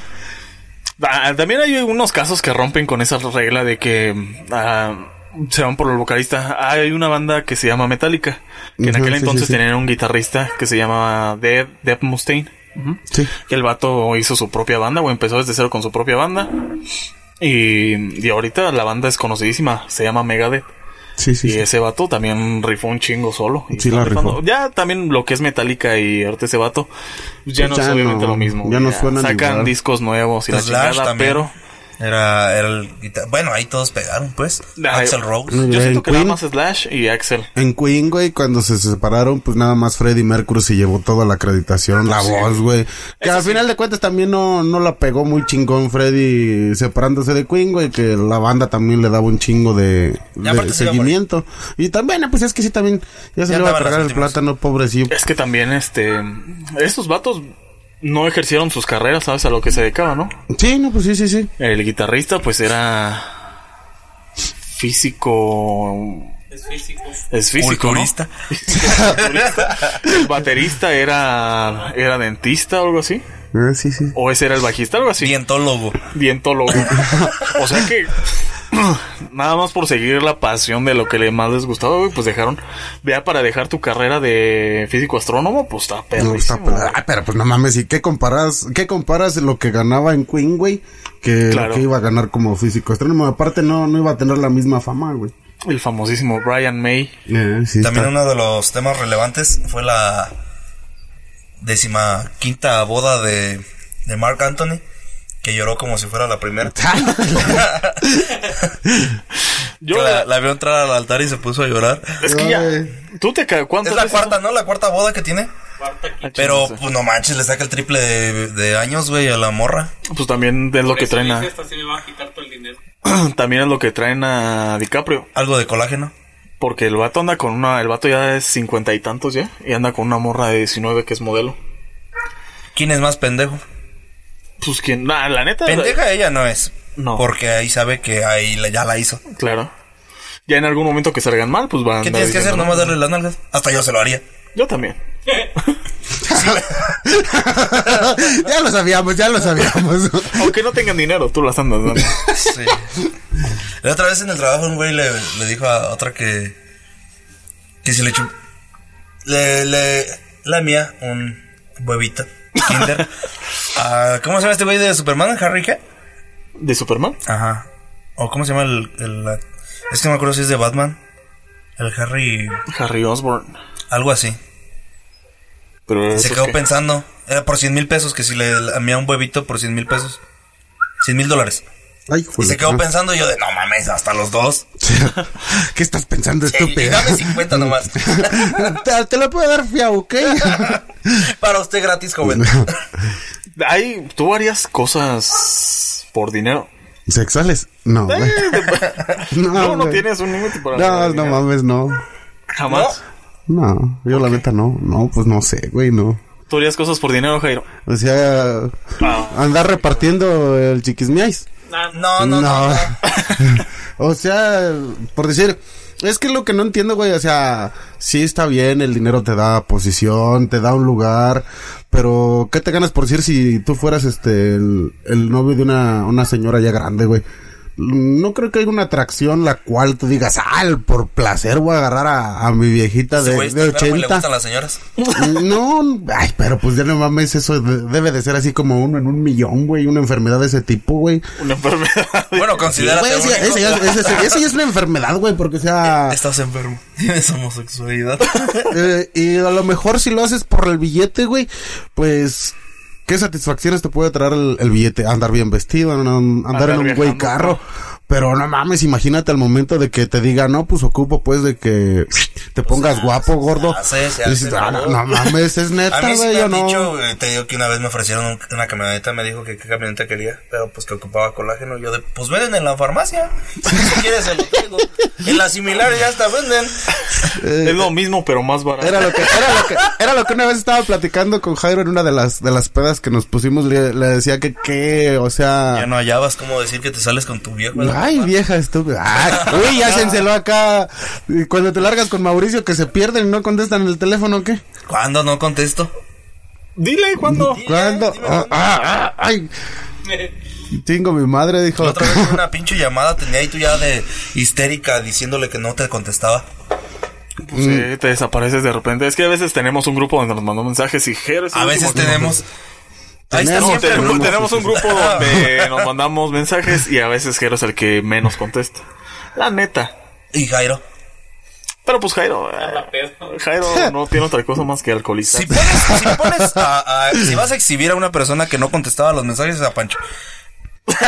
B: Ah, También hay unos casos que rompen con esa regla de que ah, se van por el vocalista. Hay una banda que se llama Metallica, que en
E: Ujú,
B: aquel
E: sí,
B: entonces
E: sí, sí.
B: tenían un guitarrista que se llama Deb, Deb Mustaine. Ujú.
E: Sí.
B: Que el vato hizo su propia banda o empezó desde cero con su propia banda. Y, y ahorita la banda es conocidísima, se llama Megadeth.
E: Sí, sí,
B: Y
E: sí.
B: ese vato también rifó un chingo solo. Y
E: Sí, la
B: está rifando.
E: rifó.
B: Ya también lo que es Metallica y ahorita ese vato, pues ya no
E: Pues Ya
B: es
E: no,
B: obviamente lo mismo.
E: ya no suenan
B: Sacan
E: igual.
B: discos nuevos y la
C: Slash
B: chingada,
C: también.
B: pero...
C: Era, era el guitar- Bueno, ahí todos pegaron, pues.
B: Ay,
C: Axel Rose.
E: Mm.
B: Yo siento que
E: Queen.
B: nada más Slash y Axel.
E: En Queen, güey, cuando se separaron, pues nada más Freddie Mercury se llevó toda la acreditación, la voz, güey. Que al final de cuentas también no, no la pegó muy chingón Freddie separándose de Queen, güey, que la banda también le daba un chingo de, de
C: aparte se iba a
E: seguimiento. Y también, ah, pues es que sí, también ya se
C: Ya
E: le iba a
C: andaban
E: tragar
C: los
E: el
C: últimos.
E: plátano, pobrecillo.
B: Es que también, este. Estos vatos no ejercieron sus carreras, ¿sabes? A lo que se dedicaban, ¿no?
E: Sí, no, pues sí, sí, sí.
B: El guitarrista, pues era. Físico.
F: Es físico.
B: Es físico. ¿no?
C: Culturista.
B: Culturista. El baterista era. Era dentista o algo así.
E: Ah, sí, sí.
B: O ese era el bajista, algo así.
C: Dientólogo.
B: Dientólogo. o sea que. Nada más por seguir la pasión de lo que le más les gustaba, güey, pues dejaron. Vea, para dejar tu carrera de físico astrónomo, pues está
E: No,
B: perrísimo.
E: está
B: güey.
E: pelada. Ah, pero pues no mames, ¿y qué comparas, qué comparas lo que ganaba en Queen, güey? Que
B: Claro.
E: lo que iba a ganar como físico astrónomo. Aparte no, no iba a tener la misma fama, güey.
B: El famosísimo Brian May.
E: Eh, sí
C: También
E: está.
C: uno de los temas relevantes fue la décima quinta boda de, de Mark Anthony, que lloró como si fuera la primera.
B: Yo
C: la, la vio entrar al altar y se puso a llorar.
B: es que ya.
E: Ay.
B: ¿Tú te ca-
C: Es
B: cuántas
C: la
B: veces-
C: cuarta, ¿no? La cuarta boda que tiene.
B: Ah,
C: Pero,
B: chingados.
C: pues no manches, le saca el triple de, de años, güey, a la morra.
B: pues también es lo que traen a,
F: Esta sí me va a quitar todo el dinero.
B: también es lo que traen a DiCaprio,
C: Algo de colágeno.
B: porque el vato anda con una, el vato ya es cincuenta y tantos ya, y anda con una morra de 19 que es modelo.
C: ¿Quién es más pendejo?
B: Pues quien, nah, la neta,
C: Pendeja ella no es.
B: No.
C: Porque ahí sabe que ahí la- ya la hizo.
B: claro. Ya en algún momento que salgan mal, pues van.
C: ¿Qué tienes que hacer? Nomás darle las nalgas. Hasta yo se lo haría.
B: Yo también.
E: ya lo sabíamos, ya lo sabíamos.
B: Aunque no tengan dinero, tú las andas dando.
C: Sí. La otra vez en el trabajo un güey le, le dijo a otra que... Que si le chup... Le, le lamía un huevito. Kinder. Ah, ¿Cómo se llama este güey de Superman? ¿Harry qué?
B: ¿De Superman?
C: Ajá. ¿O cómo se llama el, el- la- Es que no me acuerdo si es de Batman. El Harry...
B: Harry Osborn.
C: Algo así.
B: Pero
C: Se
B: eso
C: quedó
B: qué.
C: pensando. Era por 100 mil pesos, que si le amía un huevito por 100 mil pesos. 100 mil dólares.
E: Ay, ah.
C: Y
E: jule,
C: se quedó
E: ¿no?
C: pensando y yo de, no mames, hasta los dos.
E: ¿Qué estás pensando,
C: Y- y
E: estúpida?
C: dame 50 nomás.
E: te, te la puedo dar fiado, ¿ok?
C: Para usted gratis, joven.
B: Hay, tú varias cosas por dinero.
E: ¿Sexuales? No. güey.
C: pues,
B: No, no,
E: güey.
B: tienes un límite para
E: No,
B: por
E: no
B: dinero.
E: mames, no.
B: Jamás.
E: No, yo la neta no. No, pues no sé, güey, no.
B: Tú harías cosas por dinero, Jairo.
E: O sea, andar repartiendo el chiquismiais.
C: Ah. No, no, no. no.
E: o sea, por decir, es que lo que no entiendo, güey, o sea, sí está bien, el dinero te da posición, te da un lugar, pero ¿qué te ganas por decir si tú fueras este el, el novio de una, una señora ya grande, güey? No creo que haya una atracción la cual tú digas, al por placer voy a agarrar a, a mi viejita
C: Ese
E: de,
C: güey es
E: de
C: primero, güey,
E: 80.
C: le gustan las señoras.
E: No, ay, pero pues ya no mames, eso de- debe de ser así como uno en un millón, güey, una enfermedad de ese tipo, güey.
B: Una enfermedad.
C: Bueno, considérate
E: Güey,
C: un
E: ese,
C: hijo.
E: ese ya- ese- ese- ese ya es una enfermedad, güey, porque o sea...
C: Estás enfermo. Tienes homosexualidad.
E: eh, y a lo mejor si lo haces por el billete, güey, pues... ¿Qué satisfacciones te puede traer el, el billete? Andar bien vestido, an- an- andar,
B: Andar
E: en un güey
B: viajando.
E: carro. Pero no mames, imagínate al momento de que te diga, no, pues ocupo pues de que te
C: Pues
E: pongas guapo, gordo.
C: hace, se
E: Y dices,
C: hace,
E: "Ah,
C: ¿no?"
E: no, no mames, es
C: A
E: neta,
C: mí sí
E: güey,
C: me
E: yo
C: han
E: no.
C: dicho, eh, te digo que una vez me ofrecieron un- una camioneta, me dijo que qué camioneta quería, pero pues que ocupaba colágeno. Yo de, pues venden en la farmacia. Si quieres, se lo traigo. En la similar ya hasta venden.
E: Eh,
B: es lo mismo, pero más barato.
E: Era lo que, era lo que, era lo que una vez estaba platicando con Jairo en una de las, de las pedas que nos pusimos, le, le decía que qué, o
C: Ya
E: sea,
C: no hallabas cómo decir que te sales con tu viejo.
E: Ah. ay, vieja estúpida, ay, uy, ya se enceló acá, Y cuando te largas con Mauricio que se pierden y no contestan el teléfono, ¿qué?
C: ¿Cuándo no contesto?
B: Dile, ¿cuándo?
E: ¿Cuándo? Ah, ah, ah, ay, chingo, mi madre dijo,
C: La otra vez una pinche llamada tenía y tú ya de histérica diciéndole que no te contestaba. Mm.
B: Pues, eh, te desapareces de repente. Es que a veces tenemos un grupo donde nos mandó mensajes y Jairo es el
C: A veces
B: último que-
C: tenemos. Ahí está
E: Tenemos,
B: No,
C: siempre.
B: tenemos, tenemos
E: Tenemos, sí,
B: un
E: sí.
B: grupo donde nos mandamos mensajes y a veces Jairo es el que menos contesta. La neta.
C: Y Jairo.
B: Pero pues Jairo. eh,
F: pedo.
B: Jairo no tiene otra cosa más que alcoholizar.
C: Si pones, si pones a- a- si vas a exhibir a una persona que no contestaba los mensajes a Pancho.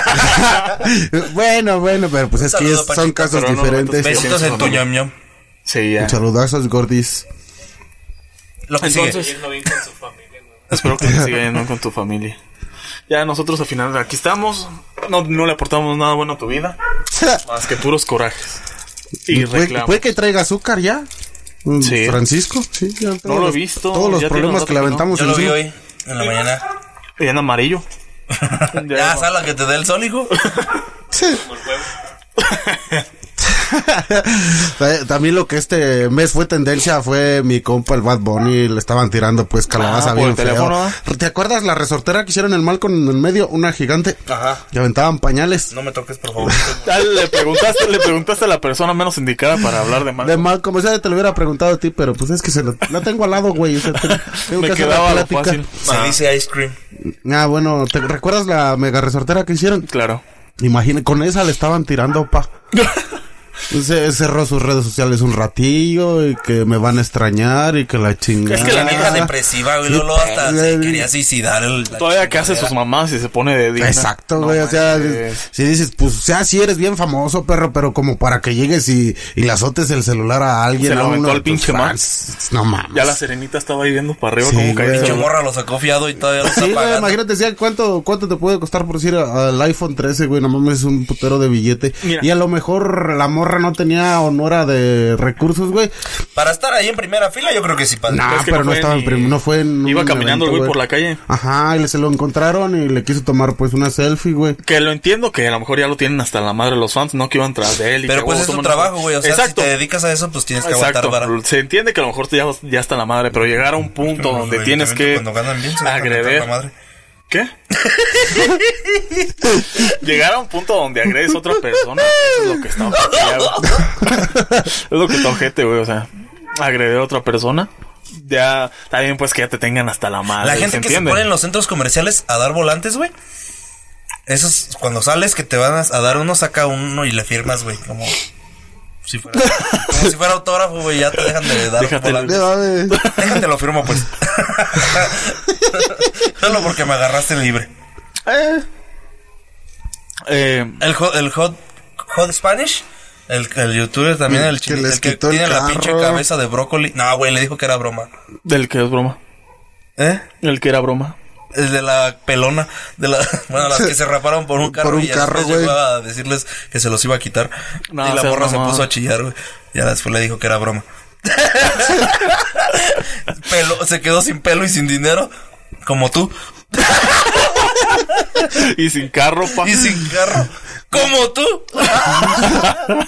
E: bueno, bueno, pero pues es que
C: Saludo,
E: es-
C: Pachito,
E: son casos
B: pero no,
E: diferentes.
B: entonces,
C: Besitos en tu ñom ñom.
B: Sí, ya.
E: Saludazos, gordis.
C: Lo que sigue.
B: Entonces,
F: Yendo bien con su familia, güey.
B: espero que te siga yendo con tu familia. Ya nosotros al final aquí estamos. No, no le aportamos nada bueno a tu vida. Más que puros corajes. Y
E: Puede,
B: reclamos.
E: puede que traiga azúcar ya. Mm,
B: Sí.
E: Francisco, sí, ya todos
B: lo he
E: los-
B: visto,
E: Todos los
B: ya tiene
E: problemas
B: rato
E: que le
B: que no.
E: aventamos
C: Yo lo vi
E: encima.
C: hoy en la mañana.
B: Y en amarillo.
C: Ya, sal a que te dé el sol, hijo.
E: Sí. Ta- También lo que este mes fue tendencia fue mi compa el Bad Bunny, le estaban tirando pues calabaza
B: Ah, por
E: bien
B: el
E: feo.
B: teléfono, ¿ah?
E: ¿Te acuerdas la resortera que hicieron el mal con en el medio? Una gigante.
C: Ajá.
E: Y aventaban pañales.
C: No me toques, por favor.
B: Ya le preguntaste, le preguntaste a la persona menos indicada para hablar de mal.
E: De mal, como sea, te lo hubiera preguntado a ti, pero pues es que se lo, la tengo al lado, güey. o sea, te- tengo
B: Me
E: que hacer la
B: quedaba lo
E: plática.
B: fácil.
C: Se dice ice cream.
E: Ah, bueno, ¿te recuerdas la mega resortera que hicieron?
B: Claro.
E: Imagina, con esa le estaban tirando, pa. Se cerró sus redes sociales un ratillo y que me van a extrañar y que la chingada.
C: Es que la vieja depresiva, güey, Lolo hasta se
E: Sí.
C: quería suicidar. El, la
B: Todavía que hace sus mamás y se pone de digna.
E: Exacto,
B: No
E: güey. o sea,
B: manches.
E: si dices, pues, o sea, si eres bien famoso, perro, pero como para que llegues y, y le azotes el celular a alguien.
B: Se lo
E: a uno
B: aventó
E: de
B: al
E: tus
B: pinche
E: fans. No mames.
B: Ya la serenita estaba ahí viendo para arriba
E: Sí,
B: como
E: güey.
C: pinche
B: caído.
C: morra lo sacó fiado y todavía lo está
E: Sí, güey,
C: pagando.
E: imagínate, decía, ¿cuánto, ¿cuánto te puede costar por decir a- al iPhone 13, güey? No mames, es un putero de billete.
B: Mira.
E: Y a lo mejor la morra no tenía honora de recursos, güey.
C: Para estar ahí en primera fila, yo creo que sí, padre.
E: No,
B: Pero es que
E: pero
B: no
E: no,
B: fue
E: estaba
B: ni-
E: en prim- no fue en
B: Iba
E: un
B: caminando el
E: evento,
B: güey por la calle.
E: Ajá, y le- se lo encontraron y le quiso tomar pues una selfie, güey.
B: Que lo entiendo, que a lo mejor ya lo tienen hasta la madre los fans, no que iban tras de él. y que,
C: Pero pues
B: "Oh,
C: es tu
B: tomen
C: trabajo,
B: foto".
C: güey. O sea,
B: Exacto.
C: si te dedicas a eso, pues tienes que
B: Exacto.
C: aguantar para.
B: Se entiende que a lo mejor ya, ya está la madre, pero llegar a un punto donde tienes que
C: Cuando ganan bien, se dejan
B: agreder.
C: meter la madre.
B: ¿Qué? Llegar a un punto donde agredes a otra persona, eso es lo que está ojete, ya, güey. Es lo que está ojete, güey, o sea, agredir a otra persona ya está bien pues que ya te tengan hasta la madre.
C: La
B: ¿se
C: gente que se
B: entiende?
C: pone en los centros comerciales a dar volantes, güey. Esos, cuando sales que te van a, a dar uno, saca uno y le firmas, güey. Como si fuera, como si fuera autógrafo, güey. Ya te dejan de dar
B: Déjate-
C: volantes. Déjate lo firmo, pues. Solo porque me agarraste libre.
B: Eh,
C: El, hot- el hot, hot Spanish. El, el youtuber también, el,
E: Que
C: chini-
E: les
C: el que
E: quitó el
C: tiene la pinche
E: carro.
C: cabeza de brócoli. No, güey, le dijo que era broma.
B: del que es broma.
C: ¿Eh?
B: El que era broma.
C: El de la pelona, de la, bueno, las que se raparon por un carro
E: Por un
C: y ya después
E: carro, güey.
C: llegó a decirles que se los iba a quitar.
B: No,
C: y la
B: seas
C: morra se
B: mamón.
C: puso a chillar, güey. Ya después le dijo que era broma. Pelo- se quedó sin pelo y sin dinero, como tú.
B: Y sin carro, pa.
C: Y sin carro, como tú.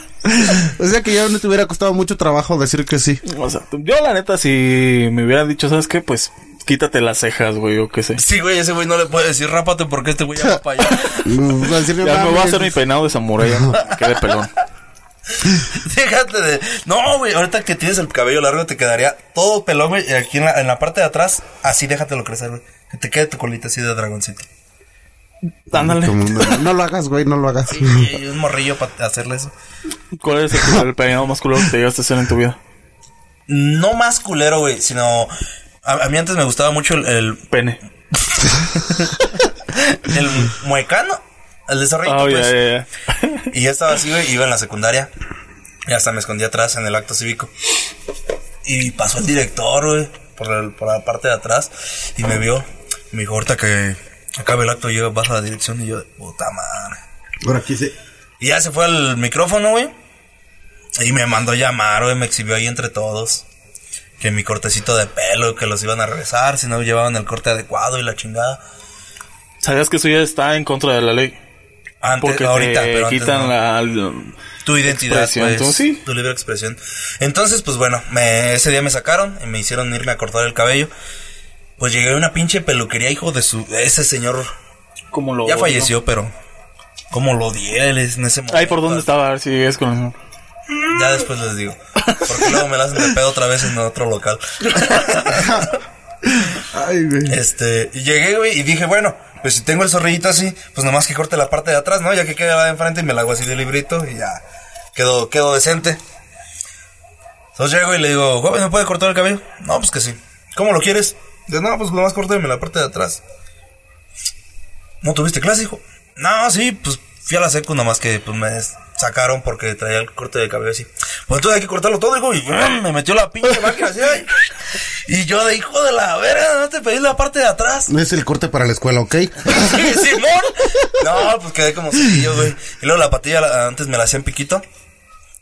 E: O sea que ya no te hubiera costado mucho trabajo decir que sí.
B: O sea, yo la neta, si me hubieran dicho, ¿sabes qué? Pues quítate las cejas, güey, yo qué sé.
C: Sí, güey, ese güey no le puede decir rápate porque este güey ya va para allá.
E: Mm, va a decir,
B: Ya me voy a
E: "Mames".
B: hacer mi peinado de samurái, ya, me quedé pelón.
C: Déjate de. No, güey, ahorita que tienes el cabello largo te quedaría todo pelón, güey. Y aquí en la, en la parte de atrás, así déjatelo crecer, güey. Que te quede tu colita así de dragoncito.
B: Ándale.
E: Como, no, no lo hagas, güey, no lo hagas.
C: Y, y un morrillo para hacerle eso.
B: ¿Cuál es el, el peinado más culero que te llegaste a hacer en tu vida?
C: No más culero, güey, sino. A, a mí antes me gustaba mucho el. el,
B: Pene.
C: el muecano. El desarrollo,
B: Ah,
C: pues.
B: ya, ya, ya.
C: Y ya estaba así, güey, iba en la secundaria. Y hasta me escondí atrás en el acto cívico. Y pasó el director, güey, por, el- por la parte de atrás. Y me vio. Y me dijo, ahorita que acabe el acto, yo bajo la dirección. Y yo, puta madre.
E: Ahora aquí sí.
C: Y ya se fue al micrófono, güey. Y me mandó llamar, güey. Me exhibió ahí entre todos. Que mi cortecito de pelo, que los iban a regresar si no llevaban el corte adecuado y la chingada.
B: ¿Sabías que eso ya está en contra de la ley?
C: Antes,
B: Porque
C: ahorita,
B: te
C: pero antes
B: quitan
C: no.
B: la...
C: tu identidad,
B: expresión,
C: pues,
B: tú, sí.
C: tu libre expresión. Entonces, pues bueno, me- ese día me sacaron y me hicieron irme a cortar el cabello. Pues llegué a una pinche peluquería, hijo de su... Ese señor
B: Como lo...
C: ya falleció, pero... ¿Cómo lo odié él en ese momento?
B: Ay, ¿por dónde estaba? A ver si es con el mismo.
C: Ya después les digo. Porque luego me la hacen de pedo otra vez en otro local.
E: Ay, güey.
C: Este, y llegué, güey, y dije, bueno, pues si tengo el zorrillito así, pues nomás que corte la parte de atrás, ¿no? Ya que queda la de enfrente y me la hago así de librito y ya quedo, quedo decente. Entonces llego y le digo, joven, ¿me puede cortar el cabello? No, pues que sí. ¿Cómo lo quieres? Dice, no, pues nomás córteme la parte de atrás. ¿No tuviste clase, hijo? No, sí, pues fui a la secu nomás que pues, me sacaron porque traía el corte de cabello así. Pues entonces hay que cortarlo todo, hijo, y ¡brum! me metió la pinche máquina así. ay. Y yo de hijo de la verga, no te pedí la parte de atrás.
E: No es el corte para la escuela, ¿ok?
C: Sí, Simón. No, pues quedé como sencillo, güey. Y luego la patilla la- antes me la hacían piquito.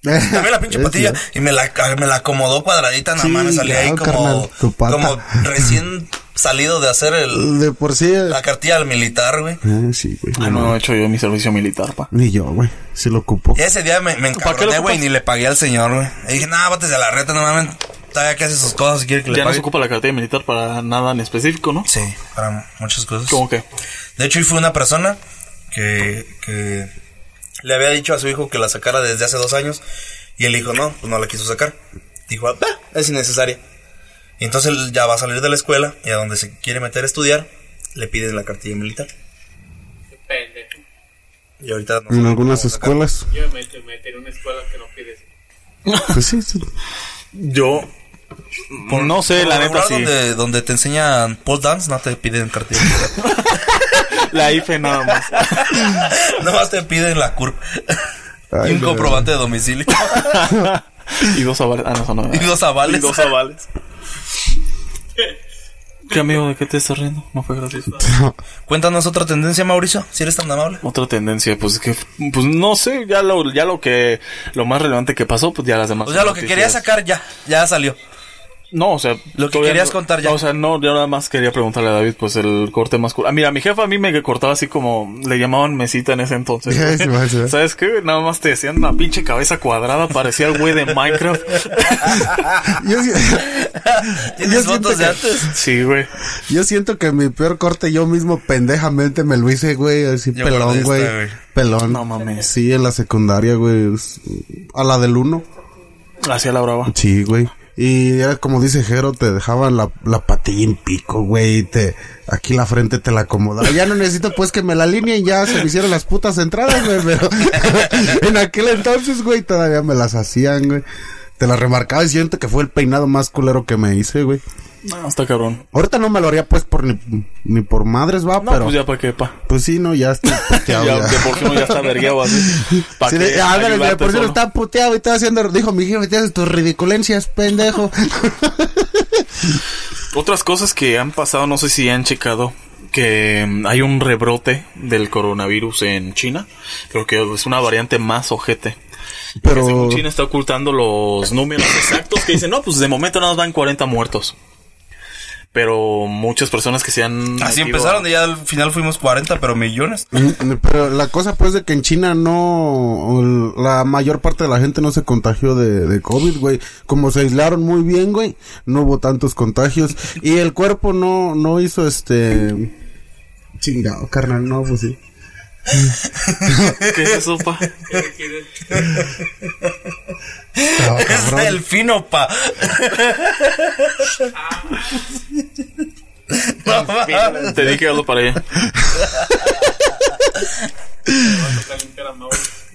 C: También la pinche
E: Es
C: patilla.
E: cierto.
C: Y me la, me la acomodó cuadradita, nada
E: Sí,
C: más me salía ahí
E: claro,
C: como,
E: carnal, tu pata.
C: como recién salido de hacer el,
E: De por sí. eh,
C: la cartilla al militar, güey.
E: Ah, sí, güey.
B: Ah, no, Eh, he hecho yo mi servicio militar, pa.
E: Ni yo, güey. Sí lo ocupo.
C: Y ese día me, me
B: ¿Para qué lo
C: encabroné, güey, y
B: ocupas?
C: ni le pagué al señor, güey. Y dije, nah, bátese a la reta, no mames. Todavía que hace sus cosas, si quiere que le
B: Ya no
C: pague.
B: se ocupa la cartilla militar para nada en específico, ¿no?
C: Sí, para muchas cosas.
B: ¿Cómo que?
C: De hecho, y fue una persona que, que le había dicho a su hijo que la sacara desde hace dos años y el hijo no, pues no la quiso sacar. Dijo, "Ah, bah, es innecesaria. Y entonces él ya va a salir de la escuela y a donde se quiere meter a estudiar, le pides la cartilla militar.
F: Pendejo.
C: Y ahorita no
E: En
C: sabe
E: algunas
C: cómo sacarla.
E: escuelas.
F: Yo me metí, me metí en una escuela que no pides.
E: Pues sí, sí.
B: Yo... no sé,
C: Por
B: la
C: lo
B: neta
C: regular,
B: sí.
C: Donde, donde te enseñan pole dance, no te piden cartilla militar.
B: La IFE nada más.
C: Nomás te piden la curva
E: Ay,
C: y un
E: la
C: comprobante de domicilio.
B: y dos avales. Ah, no, eso no.
C: y dos avales.
B: Y dos avales. ¿Qué amigo, de qué te estás riendo? No fue gracioso.
C: Cuéntanos otra tendencia, Mauricio, si eres tan amable.
B: Otra tendencia, pues es que, pues no sé, ya lo, ya lo que, lo más relevante que pasó, pues ya las demás.
C: O sea, lo que
B: noticias-
C: querías sacar ya, ya salió.
B: No, o sea,
C: Lo que
B: todavía
C: querías
B: no-
C: contar ya.
B: no, O sea, no, yo nada más quería preguntarle a David, pues el corte más cul- Ah, mira, mi jefa a mí me cortaba así como, le llamaban mesita en ese entonces.
E: Ya,
B: güey.
E: se va, se va.
B: ¿Sabes qué? Nada más te decían una pinche cabeza cuadrada, parecía el güey de Minecraft.
E: Yo, sí-
C: ¿Tienes
E: siento
C: fotos de
E: que-
C: antes?
B: sí, güey.
E: yo siento que mi peor corte yo mismo pendejamente me lo hice, güey. Así
C: Yo guardé
E: pelón,
C: esta,
E: güey.
C: güey.
E: Pelón.
B: No mames.
E: Sí, en la secundaria, güey. A la del uno.
B: Hacía la brava.
E: Sí, güey. Y ya como dice Jero, te dejaban la, la patilla en pico, güey. y Te, aquí la frente te la acomodaba. Ya no necesito pues que me la alineen, ya se me hicieron las putas entradas, güey. Pero en aquel entonces, güey, todavía me las hacían, güey. Te las remarcaba y siento que fue el peinado más culero que me hice, güey.
B: No, está cabrón.
E: Ahorita no me lo haría pues por ni, ni por madres, va,
B: No,
E: pero.
B: pues ya para qué, pa.
E: Pues sí, no, ya está
B: Ya,
E: puteado. ya.
B: de por sí uno ya está vergueado así. Pa'
E: Sí,
B: qué
E: de- ándale, de
B: ayudarte
E: por
B: solo.
E: cierto, está puteado y está haciendo. Dijo mi jefe, te haces tus ridiculencias, pendejo.
B: Otras cosas que han pasado, no sé si han checado, que mm, hay un rebrote del coronavirus en China. Creo que es una variante más ojete. Pero...
E: Pero-
B: China está ocultando los números exactos que dicen, no, pues de momento nada más van 40 muertos. Pero muchas personas que se han...
C: Así
B: metido
C: empezaron
B: a-
C: y ya al final fuimos 40, pero millones.
E: Mm, Pero la cosa pues de que en China no, la mayor parte de la gente no se contagió de, de COVID, güey. Como se aislaron muy bien, güey, no hubo tantos contagios. Y el cuerpo no, no hizo este... Chingado, carnal, no, pues sí.
B: ¿Qué es eso, pa?
E: Estaba
C: Es
E: cabrón.
C: el fino, pa. No mames.
B: Te dije algo para allá.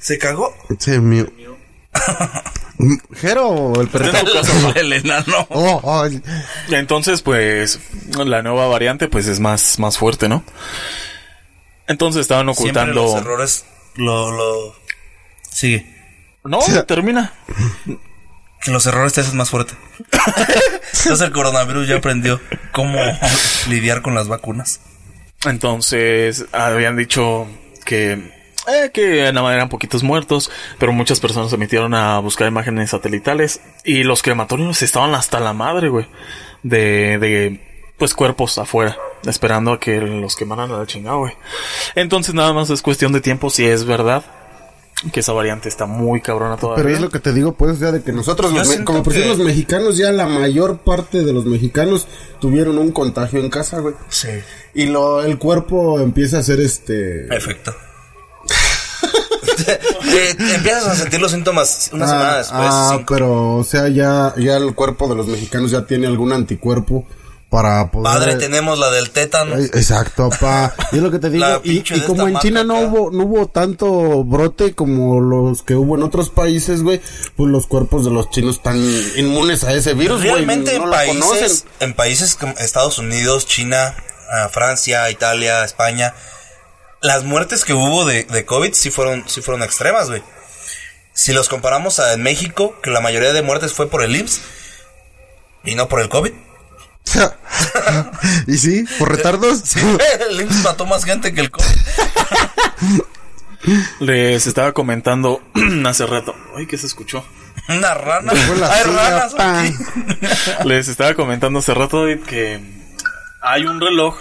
C: ¿Se cagó?
E: Sí, mío. Mm, Jero, o el perro.
B: En tu caso, pa.
C: El enano.
E: Oh, oh, el-
B: Entonces, pues, la nueva variante, pues, es más, más fuerte, ¿no? Entonces estaban
C: Siempre los
B: ocultando...
C: errores lo, lo... Sigue.
B: No, termina.
C: Que los errores te hacen más fuerte. Entonces el coronavirus ya aprendió cómo lidiar con las vacunas.
B: Entonces, habían dicho que... eh, que nada más eran poquitos muertos, pero muchas personas se metieron a buscar imágenes satelitales y los crematorios estaban hasta la madre, güey, de, de, pues cuerpos afuera, esperando a que los quemaran a la chingada, güey. Entonces nada más es cuestión de tiempo si es verdad que esa variante está muy cabrona todavía.
E: Pero es lo que te digo, pues, o sea, de que nosotros,
C: Yo
E: los me-
C: siento
E: como por ejemplo
C: que-
E: los mexicanos, ya la mayor parte de los mexicanos tuvieron un contagio en casa, güey.
C: Sí.
E: Y lo, el cuerpo empieza a hacer este...
C: Perfecto. Eh, te empiezas a sentir los síntomas una semana
E: Ah,
C: después.
E: ah,
C: cinco.
E: pero, o sea, ya, ya el cuerpo de los mexicanos ya tiene algún anticuerpo para poder...
C: Padre, tenemos la del tétano.
E: Eh, Exacto, pa. Yo lo que te digo,
C: La
E: y,
C: pinche
E: y
C: de
E: como
C: esta
E: en
C: marca
E: China no
C: acá.
E: hubo, no hubo tanto brote como los que hubo en otros países, güey, pues los cuerpos de los chinos están inmunes a ese virus, güey.
C: Pues, Realmente
E: no
C: en,
E: lo
C: países,
E: conocen.
C: en países como Estados Unidos, China, ah, Francia, Italia, España, las muertes que hubo de, de COVID sí fueron, sí fueron extremas, güey. Si los comparamos a en México, que la mayoría de muertes fue por el IMSS y no por el COVID.
E: y sí, por retardos.
C: Sí, el IMSS mató más gente que el COVID.
B: Les estaba comentando hace rato. Ay, ¿qué se escuchó?
C: Una rana.
E: Fue la
C: Hay
E: silla,
C: ranas
E: pa.
C: aquí.
B: Les estaba comentando hace rato David, que hay un reloj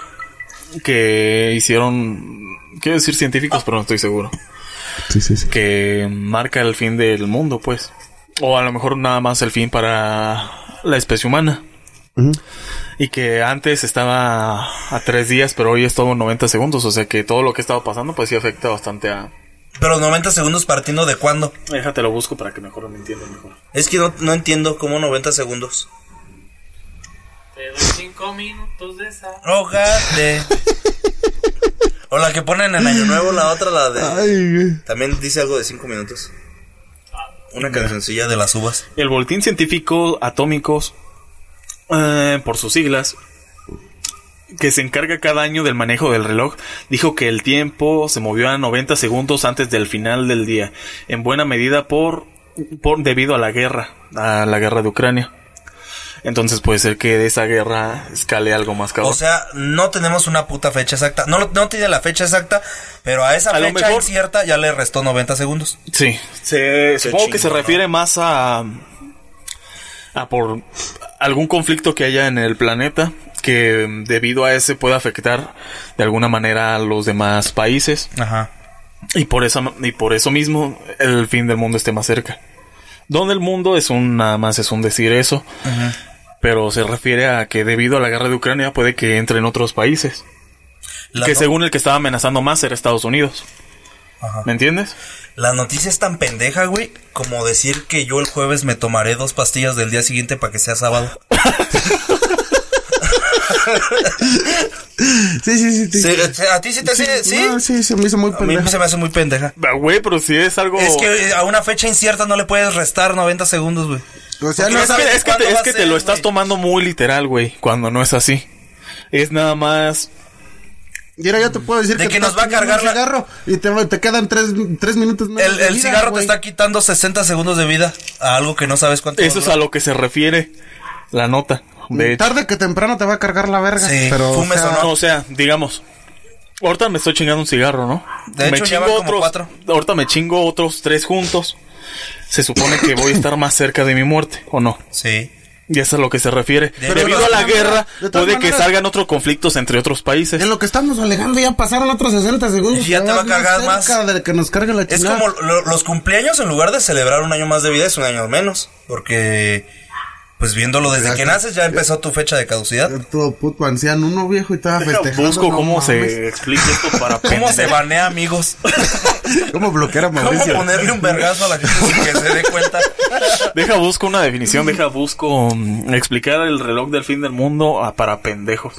B: que hicieron, quiero decir científicos, pero no estoy seguro,
E: Sí, sí, sí.
B: que marca el fin del mundo, pues. O a lo mejor nada más el fin para la especie humana.
E: Ujú.
B: Y que antes estaba a tres días, pero hoy es todo 90 segundos. O sea que todo lo que estaba pasando, pues sí afecta bastante a.
C: Pero 90 segundos partiendo de cuándo.
B: Déjate lo busco para que mejor me entiendan mejor.
C: Es que no, no entiendo cómo 90 segundos.
F: Te doy 5 minutos de esa.
C: Rogate. o la que ponen en Año Nuevo, la otra, la de.
E: Ay, güey.
C: También dice algo de 5 minutos. Una cancioncilla de las uvas.
B: El Boletín Científico Atómicos, eh, por sus siglas, que se encarga cada año del manejo del reloj, dijo que el tiempo se movió a 90 segundos antes del final del día, en buena medida por, por debido a la guerra, a la guerra de Ucrania. Entonces puede ser que de esa guerra escale algo más cabrón.
C: O sea, no tenemos una puta fecha exacta. No, lo- no tiene la fecha exacta, pero a esa
B: A lo
C: fecha
B: mejor-
C: incierta ya le restó 90 segundos.
B: sí, se-
C: Se
B: supongo que se
C: chingó, ¿no?
B: refiere más a a por algún conflicto que haya en el planeta que mm, debido a ese pueda afectar de alguna manera a los demás países
C: Ajá.
B: y por eso y por eso mismo el fin del mundo esté más cerca. Donde el mundo es un nada más es un decir eso, pero se refiere a que debido a la guerra de Ucrania puede que entre en otros países,
C: La
B: que
C: no-
B: según el que estaba amenazando más era Estados Unidos.
C: Ajá.
B: ¿Me entiendes?
C: La noticia es tan pendeja, güey, como decir que yo el jueves me tomaré dos pastillas del día siguiente para que sea sábado.
E: Sí, sí, sí. sí.
C: Se- se- ¿A ti sí te hace? ¿Sí?
E: No, sí, se me hizo muy
C: A mí
E: pendeja.
C: se me hace muy pendeja.
B: Ah, Güey, pero si es algo.
C: Es que eh, a una fecha incierta no le puedes restar 90 segundos, güey.
E: O sea,
C: Es
E: no
B: Es que,
C: sabes
B: es que te,
C: cuándo
B: es
C: va a
B: que te
C: ser,
B: lo estás
C: güey.
B: tomando muy literal, güey, cuando no es así. Es nada más.
E: Mira, yo te puedo decir
C: De que
E: estás
C: nos va a
E: fumando un
C: cargar la-
E: cigarro y te, va- te quedan tres, tres minutos menos
C: El,
E: de
C: el
E: vida,
C: cigarro
E: güey.
C: te está quitando 60 segundos de vida a algo que no sabes cuánto va a
B: Eso es
C: durar.
B: a lo que se refiere la nota. De hecho.
E: Tarde que temprano te va a cargar la verga.
C: Sí,
E: pero,
C: fumes
E: o sea,
C: o
B: No, o sea, digamos. Ahorita me estoy chingando un cigarro, ¿no?
C: De
B: me
C: hecho, ya van como
B: otros,
C: cuatro.
B: Ahorita me chingo otros tres juntos. Se supone que voy a estar más cerca de mi muerte, ¿o no?
C: Sí.
B: Y eso es a lo que se refiere.
C: Pero
B: Debido
C: de
B: a la
E: todas maneras-
B: guerra,
E: de todas
B: puede que
E: maneras-
B: salgan otros conflictos entre otros países.
E: En lo que estamos alegando ya pasaron otros 60 segundos.
C: Y ya te va a cargar más.
E: cerca de que nos cargue la
C: Es
E: chingada.
C: como lo- los cumpleaños, en lugar de celebrar un año más de vida, es un año menos. Porque, pues viéndolo desde que naces, ya empezó tu fecha de caducidad.
E: Todo Eh, puto anciano, uno viejo y estaba
B: Deja,
E: festejando.
B: Busco
E: no
B: cómo
E: mames.
B: se explica esto para
C: ¿Cómo se
B: pendejos.
C: banea, amigos?
E: ¿Cómo bloquear a
C: ¿Cómo
E: Mauricio?
C: ponerle un vergazo a la gente sin que se dé cuenta?
B: Deja busco una definición, deja busco mm, explicar el reloj del fin del mundo a- para pendejos.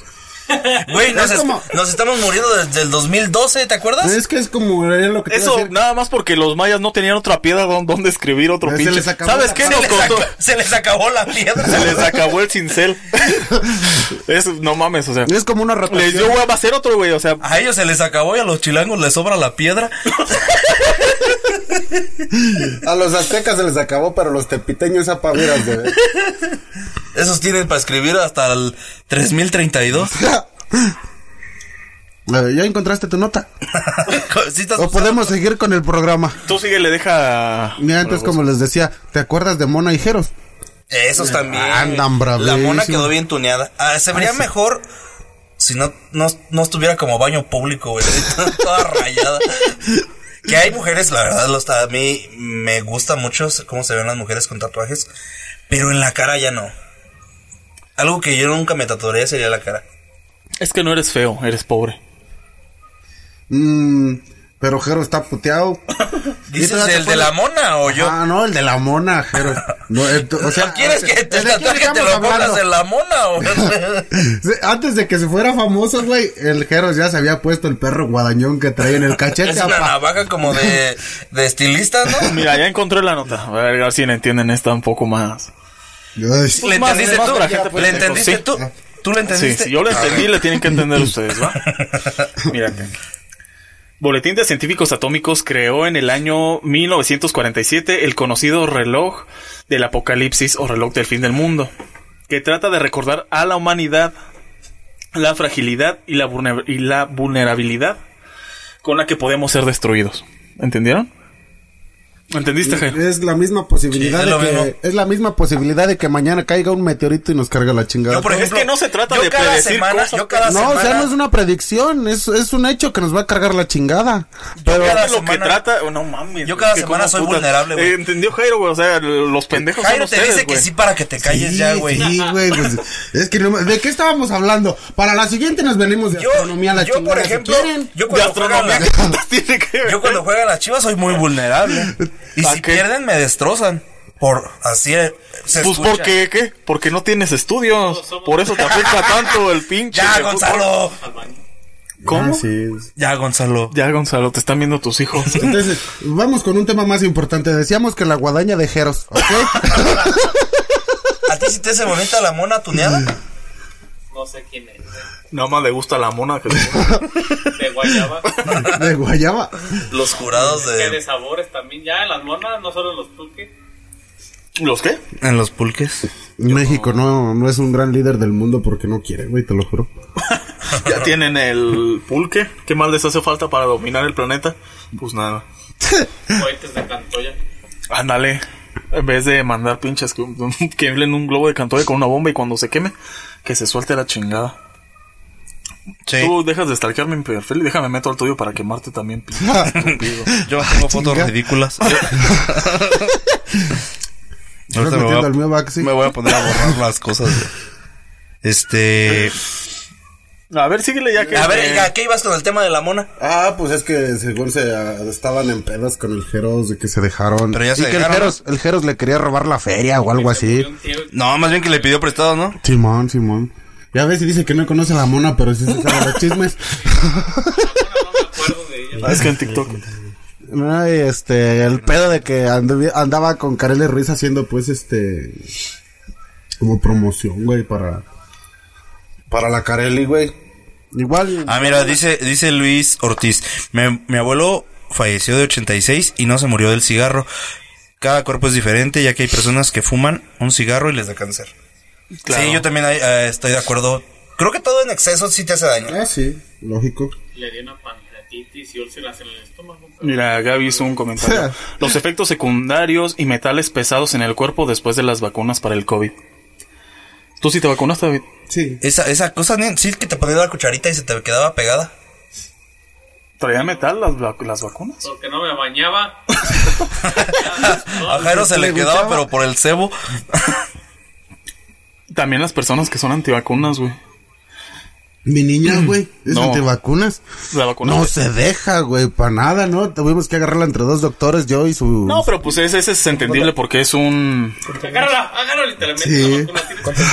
C: Güey, nos,
E: Es
C: es-
E: como-
C: nos estamos muriendo desde el 2012, ¿te acuerdas?
E: Es que es como era lo que te iba a
B: Eso
E: decir.
B: nada más porque los mayas no tenían otra piedra don- donde escribir otro
E: Ya se
B: pinche.
E: les acabó
B: ¿Sabes
E: la
B: qué
C: se,
B: nos
C: les
B: contó?
C: aca- se les acabó la piedra.
B: Se les acabó el cincel. es, no mames, o sea.
E: Es como una rotación.
B: Les dio hueva a hacer otro, güey, o sea.
C: A ellos se les acabó y a los chilangos les sobra la piedra.
E: A los aztecas se les acabó, pero los tepiteños a paviras de
C: Esos tienen para escribir hasta el 3032.
E: Eh, ¿Ya encontraste tu nota?
C: Sí estás-
E: ¿O podemos seguir con el programa?
B: Tú sigue, le deja.
E: Mira, antes como les decía, ¿te acuerdas de Mona y Jeros?
C: Esos también.
E: Andan
C: La mona
E: bravísimos.
C: quedó bien tuneada. Ah, se vería mejor si no, no, no estuviera como baño público, güey. Toda- Toda rayada. Que hay mujeres, la verdad, los, a mí me gusta mucho cómo se ven las mujeres con tatuajes, pero en la cara ya no. Algo que yo nunca me tatuaría sería la cara.
B: Es que no eres feo, eres pobre.
E: Mm, pero Jero está puteado.
C: ¿Dices
E: ¿Y tú
C: el de la mona o yo?
E: Ah, no, el de la mona, Jero. No, ento- o sea,
C: ¿No quieres que te
E: ¿de quién
C: tatuaje te
E: estamos
C: lo pongas
E: hablando?
C: en la mona o
E: Sí, Antes de que se fuera famoso, güey, el Jeros ya se había puesto el perro guadañón que traía en el cachete.
C: Es una
E: apa.
C: navaja como de, de estilista, ¿no?
B: Mira, ya encontré la nota. A ver, a ver si le entienden esta un poco más.
E: Ay,
C: ¿Le
B: Más-
C: entendiste
B: más
C: tú?
B: para gente
C: ¿Le
B: pendejo,
C: entendiste
B: sí.
C: tú? ¿Tú le
B: Sí,
C: entendiste?
B: si yo lo entendí, le tienen que entender ustedes, ¿va? Mírate. Boletín de Científicos Atómicos creó en el año 1947 el conocido reloj del apocalipsis o reloj del fin del mundo, que trata de recordar a la humanidad la fragilidad y la, vulner- y la vulnerabilidad con la que podemos ser destruidos. ¿Entendieron? ¿Entendiste, Jairo?
E: Es la misma
C: Sí,
E: posibilidad
C: es
E: de
C: lo mismo.
E: que es la misma posibilidad de que mañana caiga un meteorito y nos cargue la chingada.
C: Yo, por
B: Es
C: ejemplo,
B: que no se trata
C: yo
B: de
C: cada
B: predecir
C: semana,
B: cosas,
C: Yo cada
E: no,
C: semana,
E: o sea, no es una predicción, es, es un hecho que nos va a cargar la chingada.
C: yo cada
B: Es lo que
C: semana-
B: trata, oh, no mames.
C: Yo cada
B: es que
C: semana
B: cómo
C: soy vulnerable, güey.
B: Eh, Entendió Jairo, güey. O sea, los pendejos
C: Jairo
B: son
C: te
B: ustedes,
C: dice
B: güey.
C: que sí para que te calles
E: Sí,
C: ya, güey.
E: Sí, güey, pues, es que no ma- ¿de qué estábamos hablando? Para la siguiente nos venimos de
C: Yo,
E: astronomía a la
C: yo,
E: chingada.
C: por
E: si
C: ejemplo,
E: quieren.
C: yo
B: De
C: cuando, juegan
B: astronomía,
C: la-
B: ¿qué putas tiene que ver?
C: yo cuando juegan las chivas soy muy vulnerable. Y
B: ¿Pa
C: si
B: qué?
C: pierden, me destrozan. Por así eh, se
B: Pues
C: escucha.
B: porque, ¿qué? Porque no tienes estudios. Por eso te afecta tanto el pinche.
C: Ya,
B: de fútbol.
C: Gonzalo.
B: ¿Cómo?
E: Ah, sí.
C: Ya, Gonzalo.
B: Ya, Gonzalo, te están viendo tus hijos.
E: Entonces, vamos con un tema más importante. Decíamos que la guadaña de Jeros, ¿ok?
C: ¿A ti sí te hace bonita la mona tuneada?
F: No sé quién es.
B: Nada más le gusta la mona. Que...
F: De guayaba.
E: de guayaba.
C: Los jurados
F: que de
C: de...
F: sabores también. Ya en las monas, no solo en los tuques.
B: ¿Los qué?
C: En los pulques.
E: México no, no es un gran líder del mundo porque no quiere, güey, te lo juro.
B: Ya tienen el pulque. ¿Qué más les hace falta para dominar el planeta? Pues nada.
F: Cohetes de cantoya.
B: Ándale. En vez de mandar pinches que, que inflen un globo de cantoya con una bomba y cuando se queme, que se suelte la chingada.
C: Sí.
B: Tú dejas de stalkearme mi perfil y déjame meto al tuyo para quemarte también, pinche estúpido.
C: Yo tengo fotos
E: chinga.
C: ridículas.
E: Estás
C: Ahorita me voy
E: metiendo
C: a-
E: al mío, va que sí.
C: Me voy a poner a borrar las cosas. güey. Este.
B: A ver, síguele ya que. este,
C: A ver, ¿a qué ibas con el tema de la mona?
E: Ah, pues es que según se ah, estaban en pedas con el Jeros de que se dejaron.
C: Pero ya se
E: y que
C: dejaron,
E: el Jeros, el Jeros le quería robar la feria o algo así.
C: No, más bien que le pidió prestado, ¿no?
E: Simón, Simón. Ya ves, y dice que no conoce a la mona, pero sí se sabe los chismes.
B: Es que en TikTok.
E: No, y este, el pedo de que anduvi- andaba con Karel Ruiz haciendo, pues, este. Como promoción, güey, para. Para la Carelli, güey. Igual.
C: Ah, mira, dice, dice Luis Ortiz. "Me- mi abuelo falleció de 86 y no se murió del cigarro. Cada cuerpo es diferente, ya que hay personas que fuman un cigarro y les da cáncer.
B: Claro.
C: Sí, yo también hay- eh, estoy de acuerdo. Creo que todo en exceso sí te hace daño.
E: Ah, sí, lógico.
F: Le dio una pancreatitis y úlceras en el estómago.
B: Mira, Gaby hizo un comentario. Los efectos secundarios y metales pesados en el cuerpo después de las vacunas para el COVID. ¿Tú sí te vacunaste, David?
E: Sí.
C: Esa, esa cosa, nen, sí, que te ponía la cucharita y se te quedaba pegada.
B: ¿Traía metal las, vac- las vacunas?
F: Porque no me bañaba.
C: A Jairo se le quedaba, pero por el cebo.
B: También las personas que son antivacunas, güey.
E: Mi niña, güey, es
B: No.
E: antivacunas.
B: La vacuna.
E: No se deja, güey, para nada, ¿no? Tuvimos que agarrarla entre dos doctores, yo y su...
B: No, pero pues ese, ese es entendible porque es un...
F: Agárrala, agárrala y te la metes
E: Sí.
F: la vacuna. Tienes-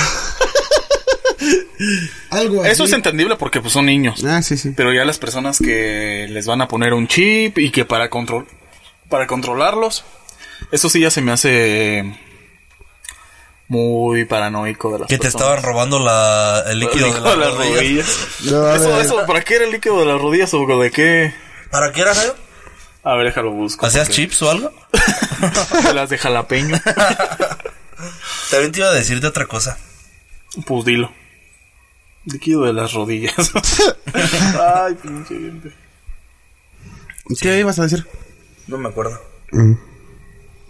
E: Algo
B: Eso es
E: así.
B: entendible porque pues son niños.
E: Ah, sí, sí.
B: Pero ya las personas que les van a poner un chip y que para control para controlarlos, eso sí ya se me hace muy paranoico de las
C: Que te
B: personas.
C: estaban robando la, el líquido de la
B: las
C: rodilla.
B: rodillas.
E: No, a
B: eso,
E: ver.
B: eso, ¿para qué era el líquido de las rodillas o de qué?
C: ¿Para qué era, Jairo?
B: A ver, déjalo busco.
C: ¿Hacías
B: porque-
C: chips o algo?
B: las de jalapeño.
C: También te iba a decirte otra cosa.
B: pues dilo. Líquido de las rodillas. Ay, pinche gente.
E: ¿Qué ibas a decir? Mm.
C: No me acuerdo.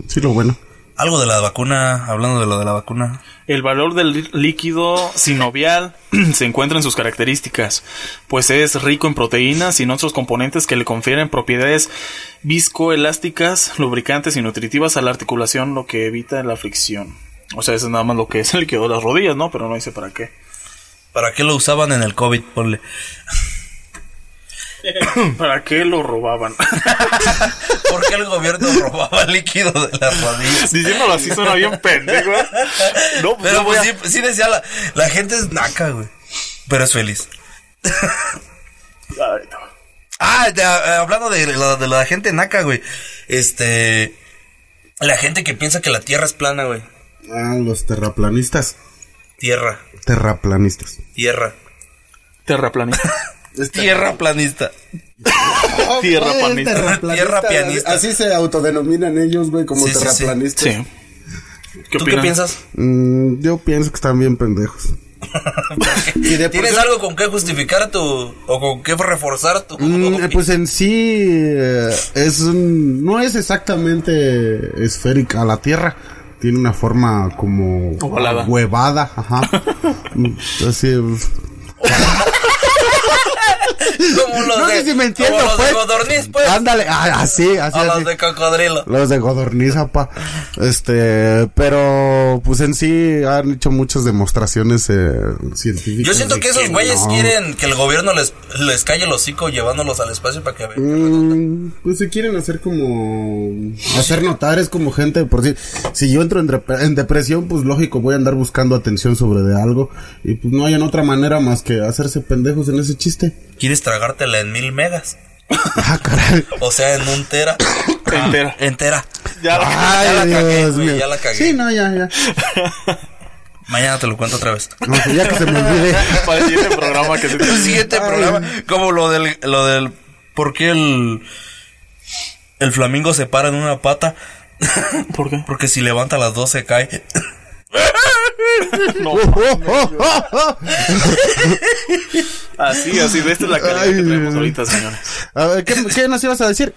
E: Sí, lo bueno.
C: Algo de la vacuna, hablando de lo de la vacuna.
B: El valor del lí- líquido sinovial se encuentra en sus características, pues es rico en proteínas y en otros componentes que le confieren propiedades viscoelásticas, lubricantes y nutritivas a la articulación, lo que evita la fricción. O sea, eso es nada más lo que es el líquido de las rodillas, ¿no? Pero no dice para qué.
C: ¿Para qué lo usaban en el COVID? Ponle.
B: ¿Para qué lo robaban?
C: ¿Por qué el gobierno robaba líquido de las rodillas?
B: Diciéndolo así suena bien pendejo. ¿eh? No, pues
C: Pero
B: yo voy
C: pues
B: a-
C: sí, sí decía la, la gente es naca, güey. Pero es feliz.
B: Ay, no.
C: Ah, de- eh, hablando de la, de la gente naca, güey. Este. La gente que piensa que la tierra es plana, güey.
E: Ah, los terraplanistas.
C: Tierra,
E: Terraplanistas.
C: tierra.
B: Terraplanista. Este,
C: Tierra planista.
B: Tierra panista.
C: Tierra pianista.
E: Así se autodenominan ellos, güey, como
C: Sí, sí, sí.
E: terraplanistas.
B: Sí.
C: ¿Tú qué
B: opinan?
C: piensas?
E: Mm, yo pienso que están bien pendejos. Y de por
C: ¿Tienes
E: sí-
C: algo con qué justificar tu. o con qué reforzar tu.
E: Mm, eh, pues en sí eh, es un- no es exactamente esférica la Tierra. Tiene una forma como
B: Ovalada.
E: huevada, ajá. Mm, Así
C: Como los
E: No
C: de-
E: sé si me entiendo,
C: como los de
E: pues.
C: codorniz, pues.
E: ándale, ah, así, así.
C: O
E: así.
C: los de cocodrilo.
E: Los de Godorniza, pa. Este, pero pues en sí han hecho muchas demostraciones eh, científicas.
C: Yo siento
E: de
C: que esos güeyes
E: no.
C: quieren que el gobierno les, les calle el hocico llevándolos al espacio para que vean.
E: Mm, pues se quieren hacer como. Hacer notar, es como gente. Por si, si yo entro en, dep- en depresión, pues lógico, voy a andar buscando atención sobre de algo. Y pues no hay en otra manera más que hacerse pendejos en ese chiste.
C: ¿Quieres tragártela en mil megas?
E: ah, caray.
C: O sea, en un tera.
B: Entera.
C: Entera.
B: Ya la-
E: Ay,
C: la cagué,
E: Dios
C: güey,
E: mío.
C: ya la cagué.
E: Sí, no, ya, ya.
C: Mañana te lo cuento otra vez.
E: No, pues ya que se me olvide.
B: para el siguiente programa que se
C: El siguiente programa, como lo del, lo del, ¿por qué el, el flamingo se para en una pata?
B: ¿Por qué?
C: Porque si levanta las dos se cae.
B: No,
E: Oh, oh, oh.
B: así, así, de esta es la calidad que
E: Ay,
B: tenemos
E: Dios.
B: ahorita, señores.
E: A ver, ¿qué, qué nos ibas a decir?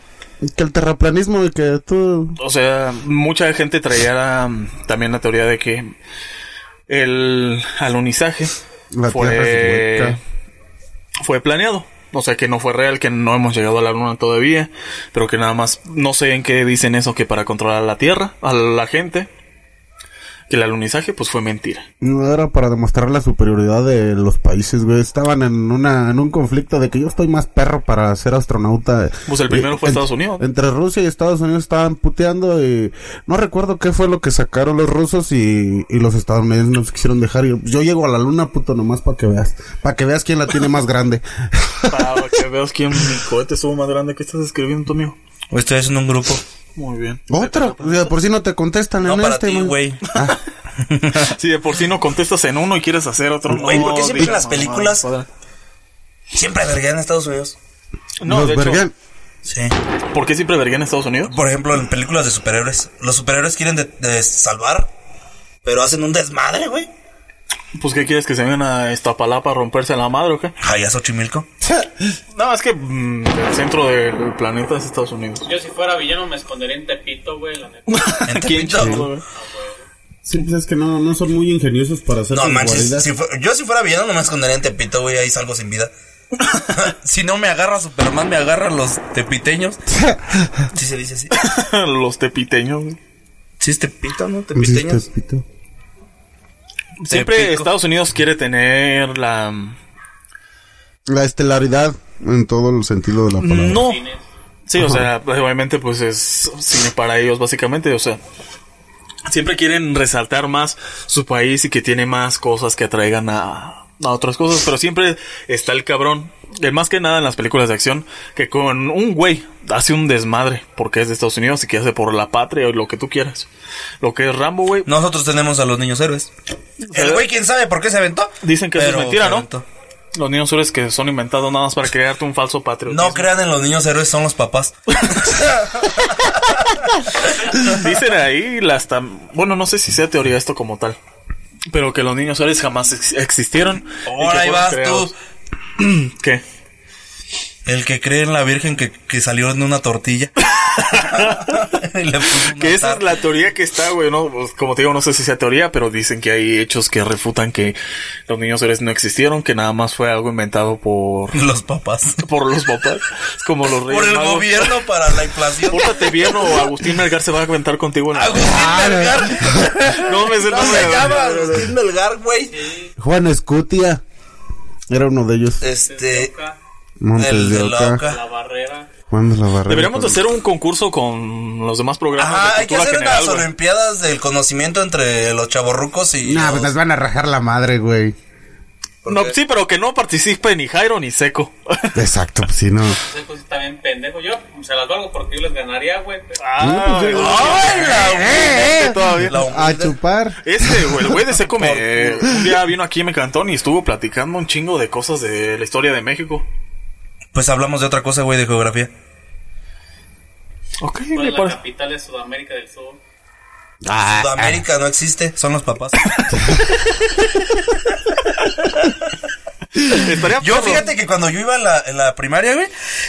E: Que el terraplanismo y que tú...
B: O sea, mucha gente traía la- también la teoría de que el alunizaje
E: La Tierra es
B: fue,
C: Pues,
E: hueca.
B: fue planeado. O sea, que no fue real, que no hemos llegado a la luna todavía, pero que nada más, no sé en qué dicen eso, que para controlar a la Tierra, a la gente, que el alunizaje pues fue mentira.
E: No era para demostrar la superioridad de los países, güey. Estaban en una en un conflicto de que yo estoy más perro para ser astronauta.
B: Pues el primero fue Estados Unidos.
E: Entre Rusia y Estados Unidos estaban puteando y no recuerdo qué fue lo que sacaron los rusos y, y los estadounidenses nos quisieron dejar. Yo, yo llego a la luna, puto, nomás para que veas. Para que veas quién la tiene más grande.
B: Para que veas quién mi cohete estuvo más grande que estás escribiendo, amigo.
C: Hoy estoy haciendo un grupo.
B: Muy bien.
E: Otra, o sea, por si no te contestan
C: No,
E: en
C: para
E: este,
C: ti,
E: güey.
C: güey.
E: Ah,
B: Si de por sí no contestas en uno y quieres hacer otro.
C: Güey, ¿por qué
B: no,
C: siempre
B: digas
C: las películas-
B: mamadas,
C: Siempre verguean en Estados Unidos.
B: padre. No,
E: los
B: de hecho,
E: verguean.
C: Sí.
B: ¿por qué siempre vergué en Estados Unidos?
C: Por ejemplo, en películas de superhéroes. Los superhéroes quieren de, de salvar, pero hacen un desmadre, güey.
B: Pues ¿qué quieres que se vengan a Iztapalapa a romperse la madre o qué?
C: Allá Xochimilco.
B: No, es que mm, el centro del planeta es Estados Unidos.
F: Yo si fuera villano me escondería en Tepito, güey, la neta.
C: En
B: ¿Quién
C: Tepito.
B: chingado, güey?
E: Sí, pues es que no, no son muy ingeniosos para hacer
C: No
E: sus
C: manches,
E: guaridas.
C: si fue- yo si fuera villano no me escondería en Tepito, güey, ahí salgo sin vida. si no me agarra Superman, me agarran los tepiteños. Sí se dice así.
B: Los tepiteños, güey.
C: Sí es Tepito, ¿no?
E: Sí,
C: Tepiteños.
E: Tepito.
B: Siempre
C: Tepico.
B: Estados Unidos quiere tener la...
E: La estelaridad en todo el sentido de la palabra.
B: No. Sí, o sea, pues, obviamente pues es cine para ellos básicamente, o sea, siempre quieren resaltar más su país y que tiene más cosas que atraigan a, a otras cosas, pero siempre está el cabrón, eh, más que nada en las películas de acción, que con un güey hace un desmadre porque es de Estados Unidos y que hace por la patria o lo que tú quieras. Lo que es Rambo, güey,
C: Nosotros tenemos a los niños héroes. El güey, quién sabe por qué se aventó.
B: Dicen que eso es
C: Pero
B: mentira,
C: se
B: ¿no?
C: aventó.
B: los niños héroes que son inventados nada más para crearte un falso patriotismo.
C: No crean en los niños héroes, son los papás.
B: Dicen ahí las tam- Bueno, no sé si sea teoría esto como tal. Pero que los niños héroes jamás ex- existieron. y que
C: Ahora ahí
B: fueron
C: vas
B: creados.
C: tú.
B: ¿Qué?
C: El que cree en la Virgen que, que salió en una tortilla. Y le puso un
B: Que esa es
C: altar.
B: la teoría que está, güey. ¿no? Pues, Como te digo, no sé si sea teoría, pero dicen que hay hechos que refutan que los niños héroes no existieron, que nada más fue algo inventado por,
C: Los papás.
B: por los papás. Es como los reyes
C: Por el
B: magos.
C: gobierno para la inflación.
B: Pórtate bien o Agustín Melgar se va a aventar contigo en la-
C: Agustín
B: Ah,
C: Melgar.
B: No me sé pues, el
C: No
B: nombre
C: se
B: de-
C: llama Agustín Melgar, güey.
E: Juan Escutia era uno de ellos.
C: Este.
E: Montes
C: El
E: de
C: de
E: Oca.
C: la Oca.
F: La barrera.
E: Juan de la Barrera.
B: Deberíamos de hacer un concurso con los demás programas
C: Ajá,
B: de
C: hay que
B: cultura
C: hacer
B: general,
C: unas
B: güey.
C: olimpiadas del conocimiento entre los chavorrucos y.
E: Nah,
C: los-
E: pues nos van a rajar la madre, güey.
B: No, sí, pero que no participe ni Jairo ni Seco.
E: Exacto, pues si no.
F: Ese pues está bien pendejo. Yo se las valgo porque yo les ganaría, güey. pero-
B: Ah,
E: pues,
B: güey.
C: ¡Ay, la
B: Eh, eh, todavía.
C: La
E: A
C: humilde.
E: chupar.
B: Este, güey, el güey de Seco me... eh, un día vino aquí a mi cantón y estuvo platicando un chingo de cosas de la historia de México.
C: Pues hablamos de otra cosa, güey, de geografía.
B: Ok,
F: ¿Cuál
B: güey,
F: es la
B: para-
F: capital de Sudamérica del Sur?
E: Ah,
C: Sudamérica no existe, son los papás.
B: estaría
C: Yo
B: perro.
C: fíjate que cuando yo iba en la, en la primaria, güey,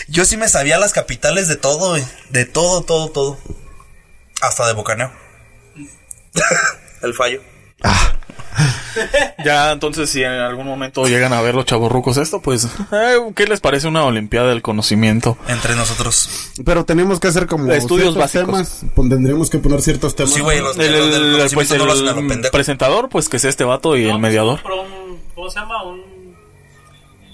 C: yo sí me sabía las capitales de todo, güey. De todo, todo, todo. Hasta de Bocaneo. El fallo.
B: Ya, entonces, si en algún momento llegan a ver los chavorrucos esto, pues... eh, ¿Qué les parece una Olimpiada del Conocimiento?
C: Entre nosotros.
E: Pero tenemos que hacer como
B: Estudios
E: ciertos
B: básicos.
E: temas. Pon- Tendríamos que poner ciertos temas.
C: Sí, güey, los,
B: El,
C: los del
B: el- pues,
C: conocimiento no lo hacen a lo
B: el
C: pendejo.
B: presentador, pues que sea este vato y el
F: No, pues,
B: mediador.
F: compro un- ¿Cómo se llama? Un...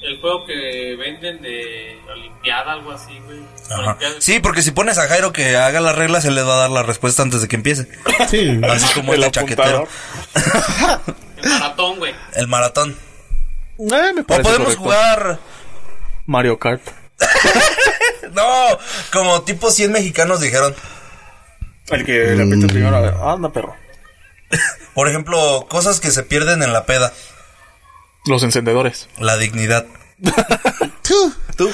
F: El juego que venden de Olimpiada, algo así, güey.
C: Ajá.
F: Olimpiada.
C: Sí, porque si pones a Jairo que haga las reglas, él les va a dar la respuesta antes de que empiece.
E: Sí.
C: Así como el,
B: El
C: de chaquetero.
B: apuntador.
F: El maratón, güey.
C: El maratón.
B: Eh, me
C: O
B: parece
C: podemos
B: correcto.
C: jugar.
B: Mario Kart.
C: No, como tipo 100 mexicanos dijeron.
B: El que le
E: Mm.
B: aprieta primero. A ver, anda, perro.
C: Por ejemplo, cosas que se pierden en la peda.
B: Los encendedores.
C: La dignidad.
E: ¿Tú?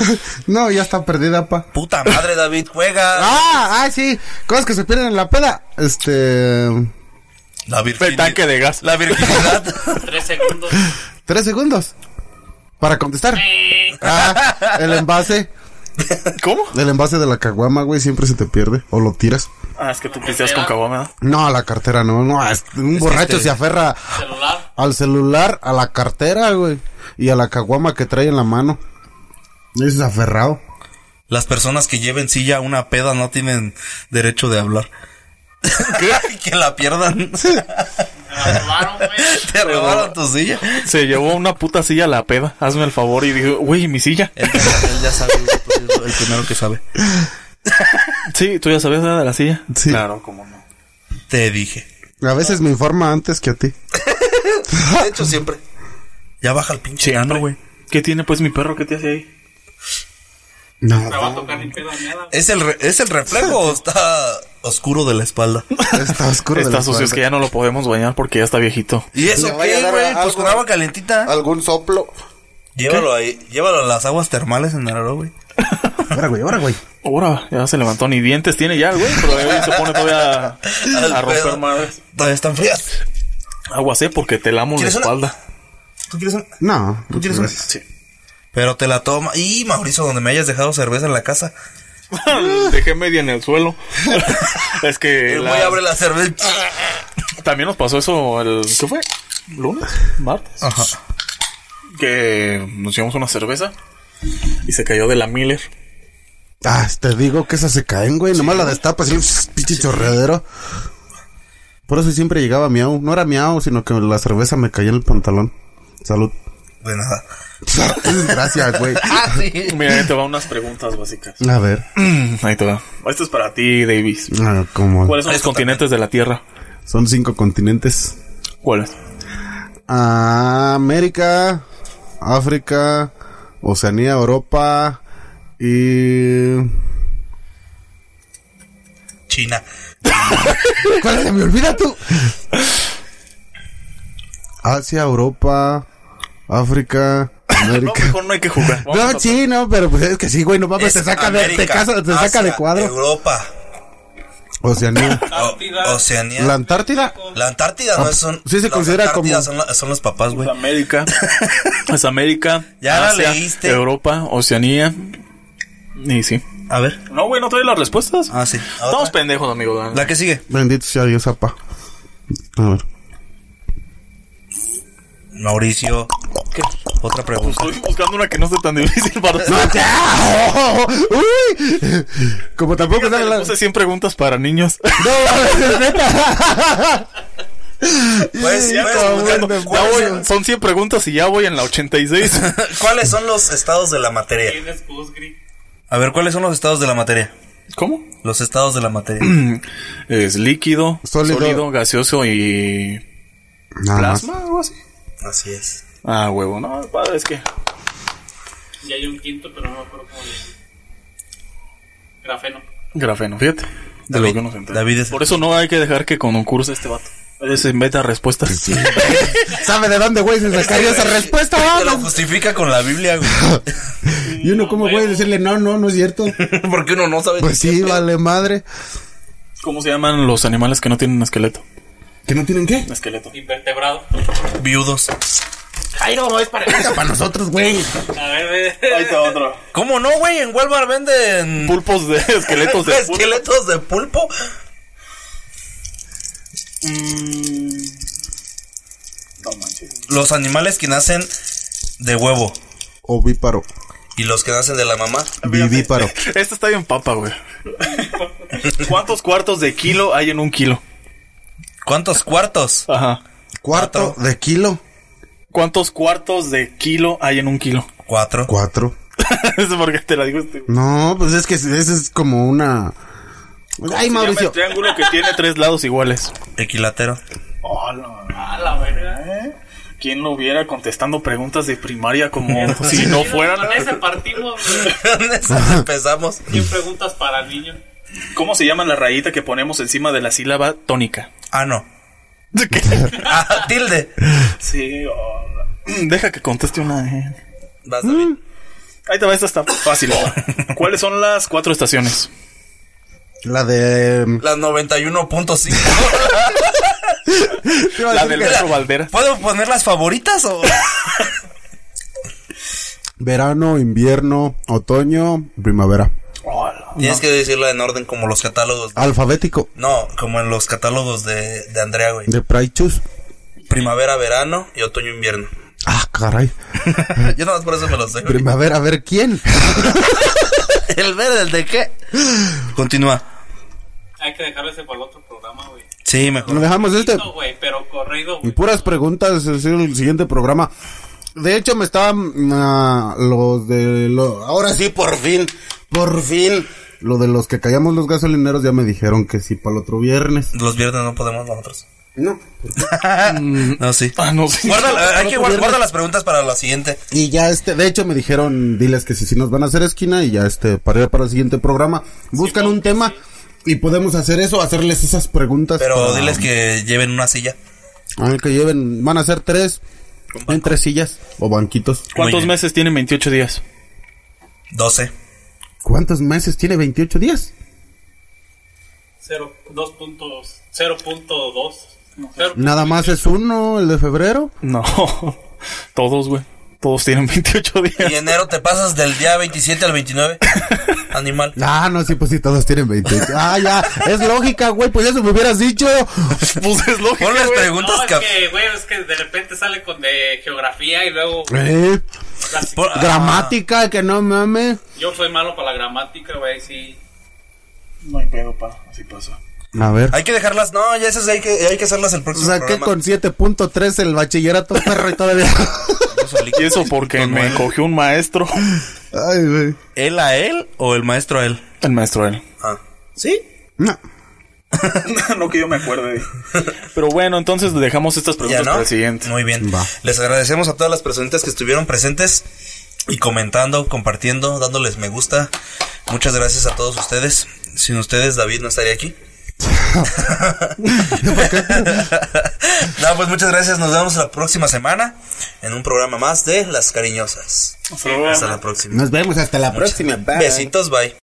E: No, ya está perdida, pa.
C: Puta madre, David, juega.
E: Ah, ah, sí. Cosas que se pierden en la peda. Este.
C: La
B: El
C: virginidad.
B: tanque de gas.
C: La virginidad.
F: Tres segundos.
E: Tres segundos. Para contestar. Ah, el envase.
B: ¿Cómo?
E: El envase de la caguama, güey, siempre se te pierde. O lo tiras.
B: Ah, es que tú pisteas con caguama.
E: No, la cartera no. No, es- un borracho
C: este-
E: se aferra
F: Celular.
E: al celular, a la cartera, güey. Y a la caguama que trae en la mano. Es aferrado.
C: Las personas que lleven silla a una peda no tienen derecho de hablar. que la pierdan.
F: Me robaron, güey.
C: Te robaron tu silla.
B: Se llevó una puta silla a la peda. Hazme el favor y dijo, güey, mi silla.
C: Él, él ya sabe, güey, pues, es el primero que sabe.
B: Sí, tú ya sabías nada de la silla.
E: Sí.
B: Claro, cómo no.
C: Te dije.
E: A veces me informa antes que a ti.
C: De hecho, siempre. Ya baja el pinche ano, güey.
B: ¿Qué tiene pues mi perro? ¿Qué te hace ahí?
E: No,
F: No va a tocar ni pedo ni nada.
C: ¿Es el, re- ¿Es el reflejo o está oscuro de la espalda?
E: está oscuro. de
B: Está
E: la
B: sucio, es que
E: espalda.
B: ya no lo podemos bañar porque ya está viejito.
C: ¿Y
E: Le
C: eso
E: vaya a
C: qué,
E: dar
C: güey?
E: algo.
C: Pues con agua calentita.
E: ¿Algún soplo?
C: Llévalo ahí. Llévalo a las aguas termales en Nararo, güey.
E: Ahora, güey, ahora, güey.
B: Ahora, ya se levantó, ni dientes tiene ya, el güey, pero ahí se pone todavía
C: Al
B: a, a
C: pedo.
B: romper madres.
C: Todavía están frías.
B: Agua sé porque te lamo la
C: ¿Quieres una?
B: espalda.
C: ¿Tú quieres una?
E: No.
C: ¿Tú quieres una?
B: Sí.
C: Pero te la toma. Y Mauricio, donde me hayas dejado cerveza en la casa.
B: Dejé media en el suelo. es que
C: El
B: la-
C: güey abre la cerveza.
B: también nos pasó eso el ¿qué fue? ¿Lunes? ¿Martes?
C: Ajá.
B: Que nos llevamos una cerveza y se cayó de la Miller.
E: Ah, te digo que esas se caen, güey. Nomás la destapas y un pinche chorreadero. Por eso siempre llegaba miau. No era miau, sino que la cerveza me caía en el pantalón. Salud.
C: De nada.
E: Gracias, güey.
B: Mira, ahí te van unas preguntas básicas.
E: A ver.
B: Mm, Ahí te va. Esto es para ti, Davis.
E: Ah, ¿cómo?
B: ¿Cuáles son los continentes de la Tierra?
E: Son cinco continentes.
B: ¿Cuáles?
E: Ah, América, África, Oceanía, Europa y...
C: China.
E: ¿Cuál se me olvida tú? Asia, Europa, África,
B: No,
E: América.
B: mejor no hay que jugar. Vamos
E: No,
B: a-
E: sí, no, pero pues es que sí, güey, no mames, te
C: Es
E: saca, de, te,
C: América,
E: casa- te
C: Asia,
E: saca de cuadro.
C: Europa.
E: Oceanía.
C: O-
F: Antártida.
C: Oceanía.
E: ¿La Antártida?
C: La Antártida no son.
E: sí se
C: las
E: considera
C: Antártidas
E: como-
C: Son, la- son los papás, güey.
B: América. es América.
C: Ya la leíste.
B: Europa, Oceanía. Y sí.
C: A ver.
B: No, güey, no trae las respuestas.
C: Ah, sí. ¿A
B: Estamos
C: otra?
B: pendejos, amigo. Dan.
C: La que sigue.
E: Bendito sea Dios, apa. A ver.
C: Mauricio. Otra pregunta.
B: Estoy buscando una que no esté tan difícil para ti.
E: ¡No, ya! ¡Oh! ¡Uy! Como tampoco sale la...
B: Puse 100 preguntas para niños.
E: No, mames, neta.
C: Pues,
E: Ya,
C: pues,
E: cabrón,
C: buscando-
E: me
B: Ya
C: ¿cuáles
E: voy.
B: voy- son 100 preguntas y ya voy en la 86.
C: son- ¿Cuáles son los estados de la materia?
F: Tienes Cusgri.
C: A ver, ¿cuáles son los estados de la materia?
B: ¿Cómo?
C: Los estados de la materia.
B: Es líquido,
E: Sólido.
B: sólido, gaseoso y
E: Nada más.
B: plasma, algo así.
C: Así es.
B: Ah, huevo, no, padre, es que
F: Y hay un quinto, pero no me acuerdo cómo le llaman. Grafeno.
B: grafeno, fíjate. De
C: David-
B: lo que nos enteramos.
C: David es-
B: Por eso no hay que dejar que concurse este vato. Él se inventa respuestas.
E: ¿Sabe de dónde, güey, se sacaría esa respuesta?
C: Te lo
E: vamos?
C: justifica con la Biblia, güey.
E: Y uno, ¿cómo, güey, decirle no, no, no es cierto?
C: Porque uno no sabe.
E: Pues sí, vale madre.
B: ¿Cómo se llaman los animales que no tienen esqueleto?
E: ¿Que no tienen qué?
B: Esqueleto.
F: Invertebrado.
C: Viudos.
F: Jairo, no es para
E: Para nosotros, güey.
F: A ver, eh. ve.
B: otro.
C: ¿Cómo no, güey? En Walmart venden
B: Pulpos de esqueletos de pulpo.
C: esqueletos de pulpo. Mm. Los animales que nacen de huevo
E: Ovíparo.
C: y los que nacen de la mamá.
E: Vivíparo.
B: Esta este, está bien papa, güey. ¿Cuántos cuartos de kilo hay en un kilo?
C: ¿Cuántos cuartos?
B: Ajá.
E: Cuarto
C: Cuatro.
E: de kilo.
B: ¿Cuántos cuartos de kilo hay en un kilo?
C: Cuatro.
E: Cuatro.
B: Eso porque te la digo este. güey.
E: No, pues es que ese es como una. Ay,
B: Se llama el
E: Mauricio.
B: triángulo que tiene tres lados iguales.
C: Equilatero.
F: A la verga.
B: ¿eh? ¿Quién lo viera contestando preguntas de primaria como si no fueran?
F: Con ese partimos. güey.
C: Esas empezamos.
F: 100 preguntas para el niño.
B: ¿Cómo se llama la rayita que ponemos encima de la sílaba tónica?
C: Ah, no. Ah, tilde.
B: Sí, deja que conteste una. eh.
C: Vas, David.
B: Ahí te va, esta está fácil. ¿Cuáles son las cuatro estaciones? este?
E: La de.
C: Las 91.5.
B: La del Metro Valdera.
C: ¿Puedo poner las favoritas o...?
E: Verano, invierno, otoño, primavera.
B: Hola.
C: Tienes que decirla en orden como los catálogos.
E: Alfabético.
C: No, como en los catálogos de, de Andrea, güey.
E: De Praichus.
C: Primavera, verano y otoño, invierno.
E: Ah, caray.
C: Yo nada más por eso me los sé. güey.
E: Primavera, a ver quién.
C: ¿El verde, el de qué? Continúa.
F: Hay que dejarlo ese para el otro programa, güey.
C: Sí,
E: Lo
C: mejor.
E: dejamos este.
F: No, güey, pero distraído,
E: Y
F: güey.
E: puras preguntas, es el siguiente programa. De hecho, me estaban ah, los de... lo- ahora sí, por fin, por fin. Lo de los que callamos los gasolineros ya me dijeron que sí para el otro viernes.
C: Los viernes no podemos nosotros.
E: No.
C: no, sí.
B: Ah, no, sí.
C: Guarda, hay que
E: otro
C: guardar
E: viernes.
C: las preguntas para la siguiente.
E: Y ya este, de hecho me dijeron, diles que si sí, nos van a hacer esquina y ya este, para ir para el siguiente programa, buscan un tema y podemos hacer eso, hacerles esas preguntas.
C: Pero
E: para-
C: diles que lleven una silla.
E: A ver, que lleven, van a ser tres, en tres sillas o banquitos.
B: ¿Cuántos
C: Oye.
B: meses tienen 28 días?
C: 12.
E: ¿Cuántos meses tiene 28 días?
F: Cero- 2.0.2. 0.2.
E: Nada más es uno, el de febrero.
B: No. Todos, güey. Todos tienen 28 días.
C: Y enero te pasas del día 27 al 29. Animal.
E: Ah, no, sí, pues sí, todos tienen 28. Ah, ya, es lógica, güey, pues eso me hubieras dicho.
B: Pues es lógico.
C: Pon las preguntas
F: No, es
C: que...
F: que, güey, es que de repente sale con de geografía y luego...
E: Eh,
F: las-
C: Por-
E: gramática, que no mames.
F: Yo soy malo para la gramática, güey, sí.
B: No hay pedo, pa. Así pasa.
E: A ver.
C: Hay que dejarlas. No, ya esas hay que, hay que hacerlas el próximo
E: Saqué
C: programa.
E: con 7.3 el bachillerato perro y todavía.
C: Yo solito.
B: Y eso porque
C: Don
B: me
C: Manuel.
B: cogió un maestro.
E: Ay, güey.
C: ¿Él a él o el maestro a él?
B: El maestro él.
C: Ah. ¿Sí?
E: No.
B: no que yo me acuerde. Pero bueno, entonces dejamos estas
C: Ya,
B: preguntas
C: ¿no?
B: para el siguiente.
C: Muy bien.
E: Va.
C: Les agradecemos a todas las personitas que estuvieron presentes y comentando, compartiendo, dándoles me gusta. Muchas gracias a todos ustedes. Sin ustedes, David no estaría aquí. no, pues muchas gracias. Nos vemos la próxima semana en un programa más de Las Cariñosas. Hasta la próxima.
E: Nos vemos hasta la próxima. bye.
C: Besitos, bye.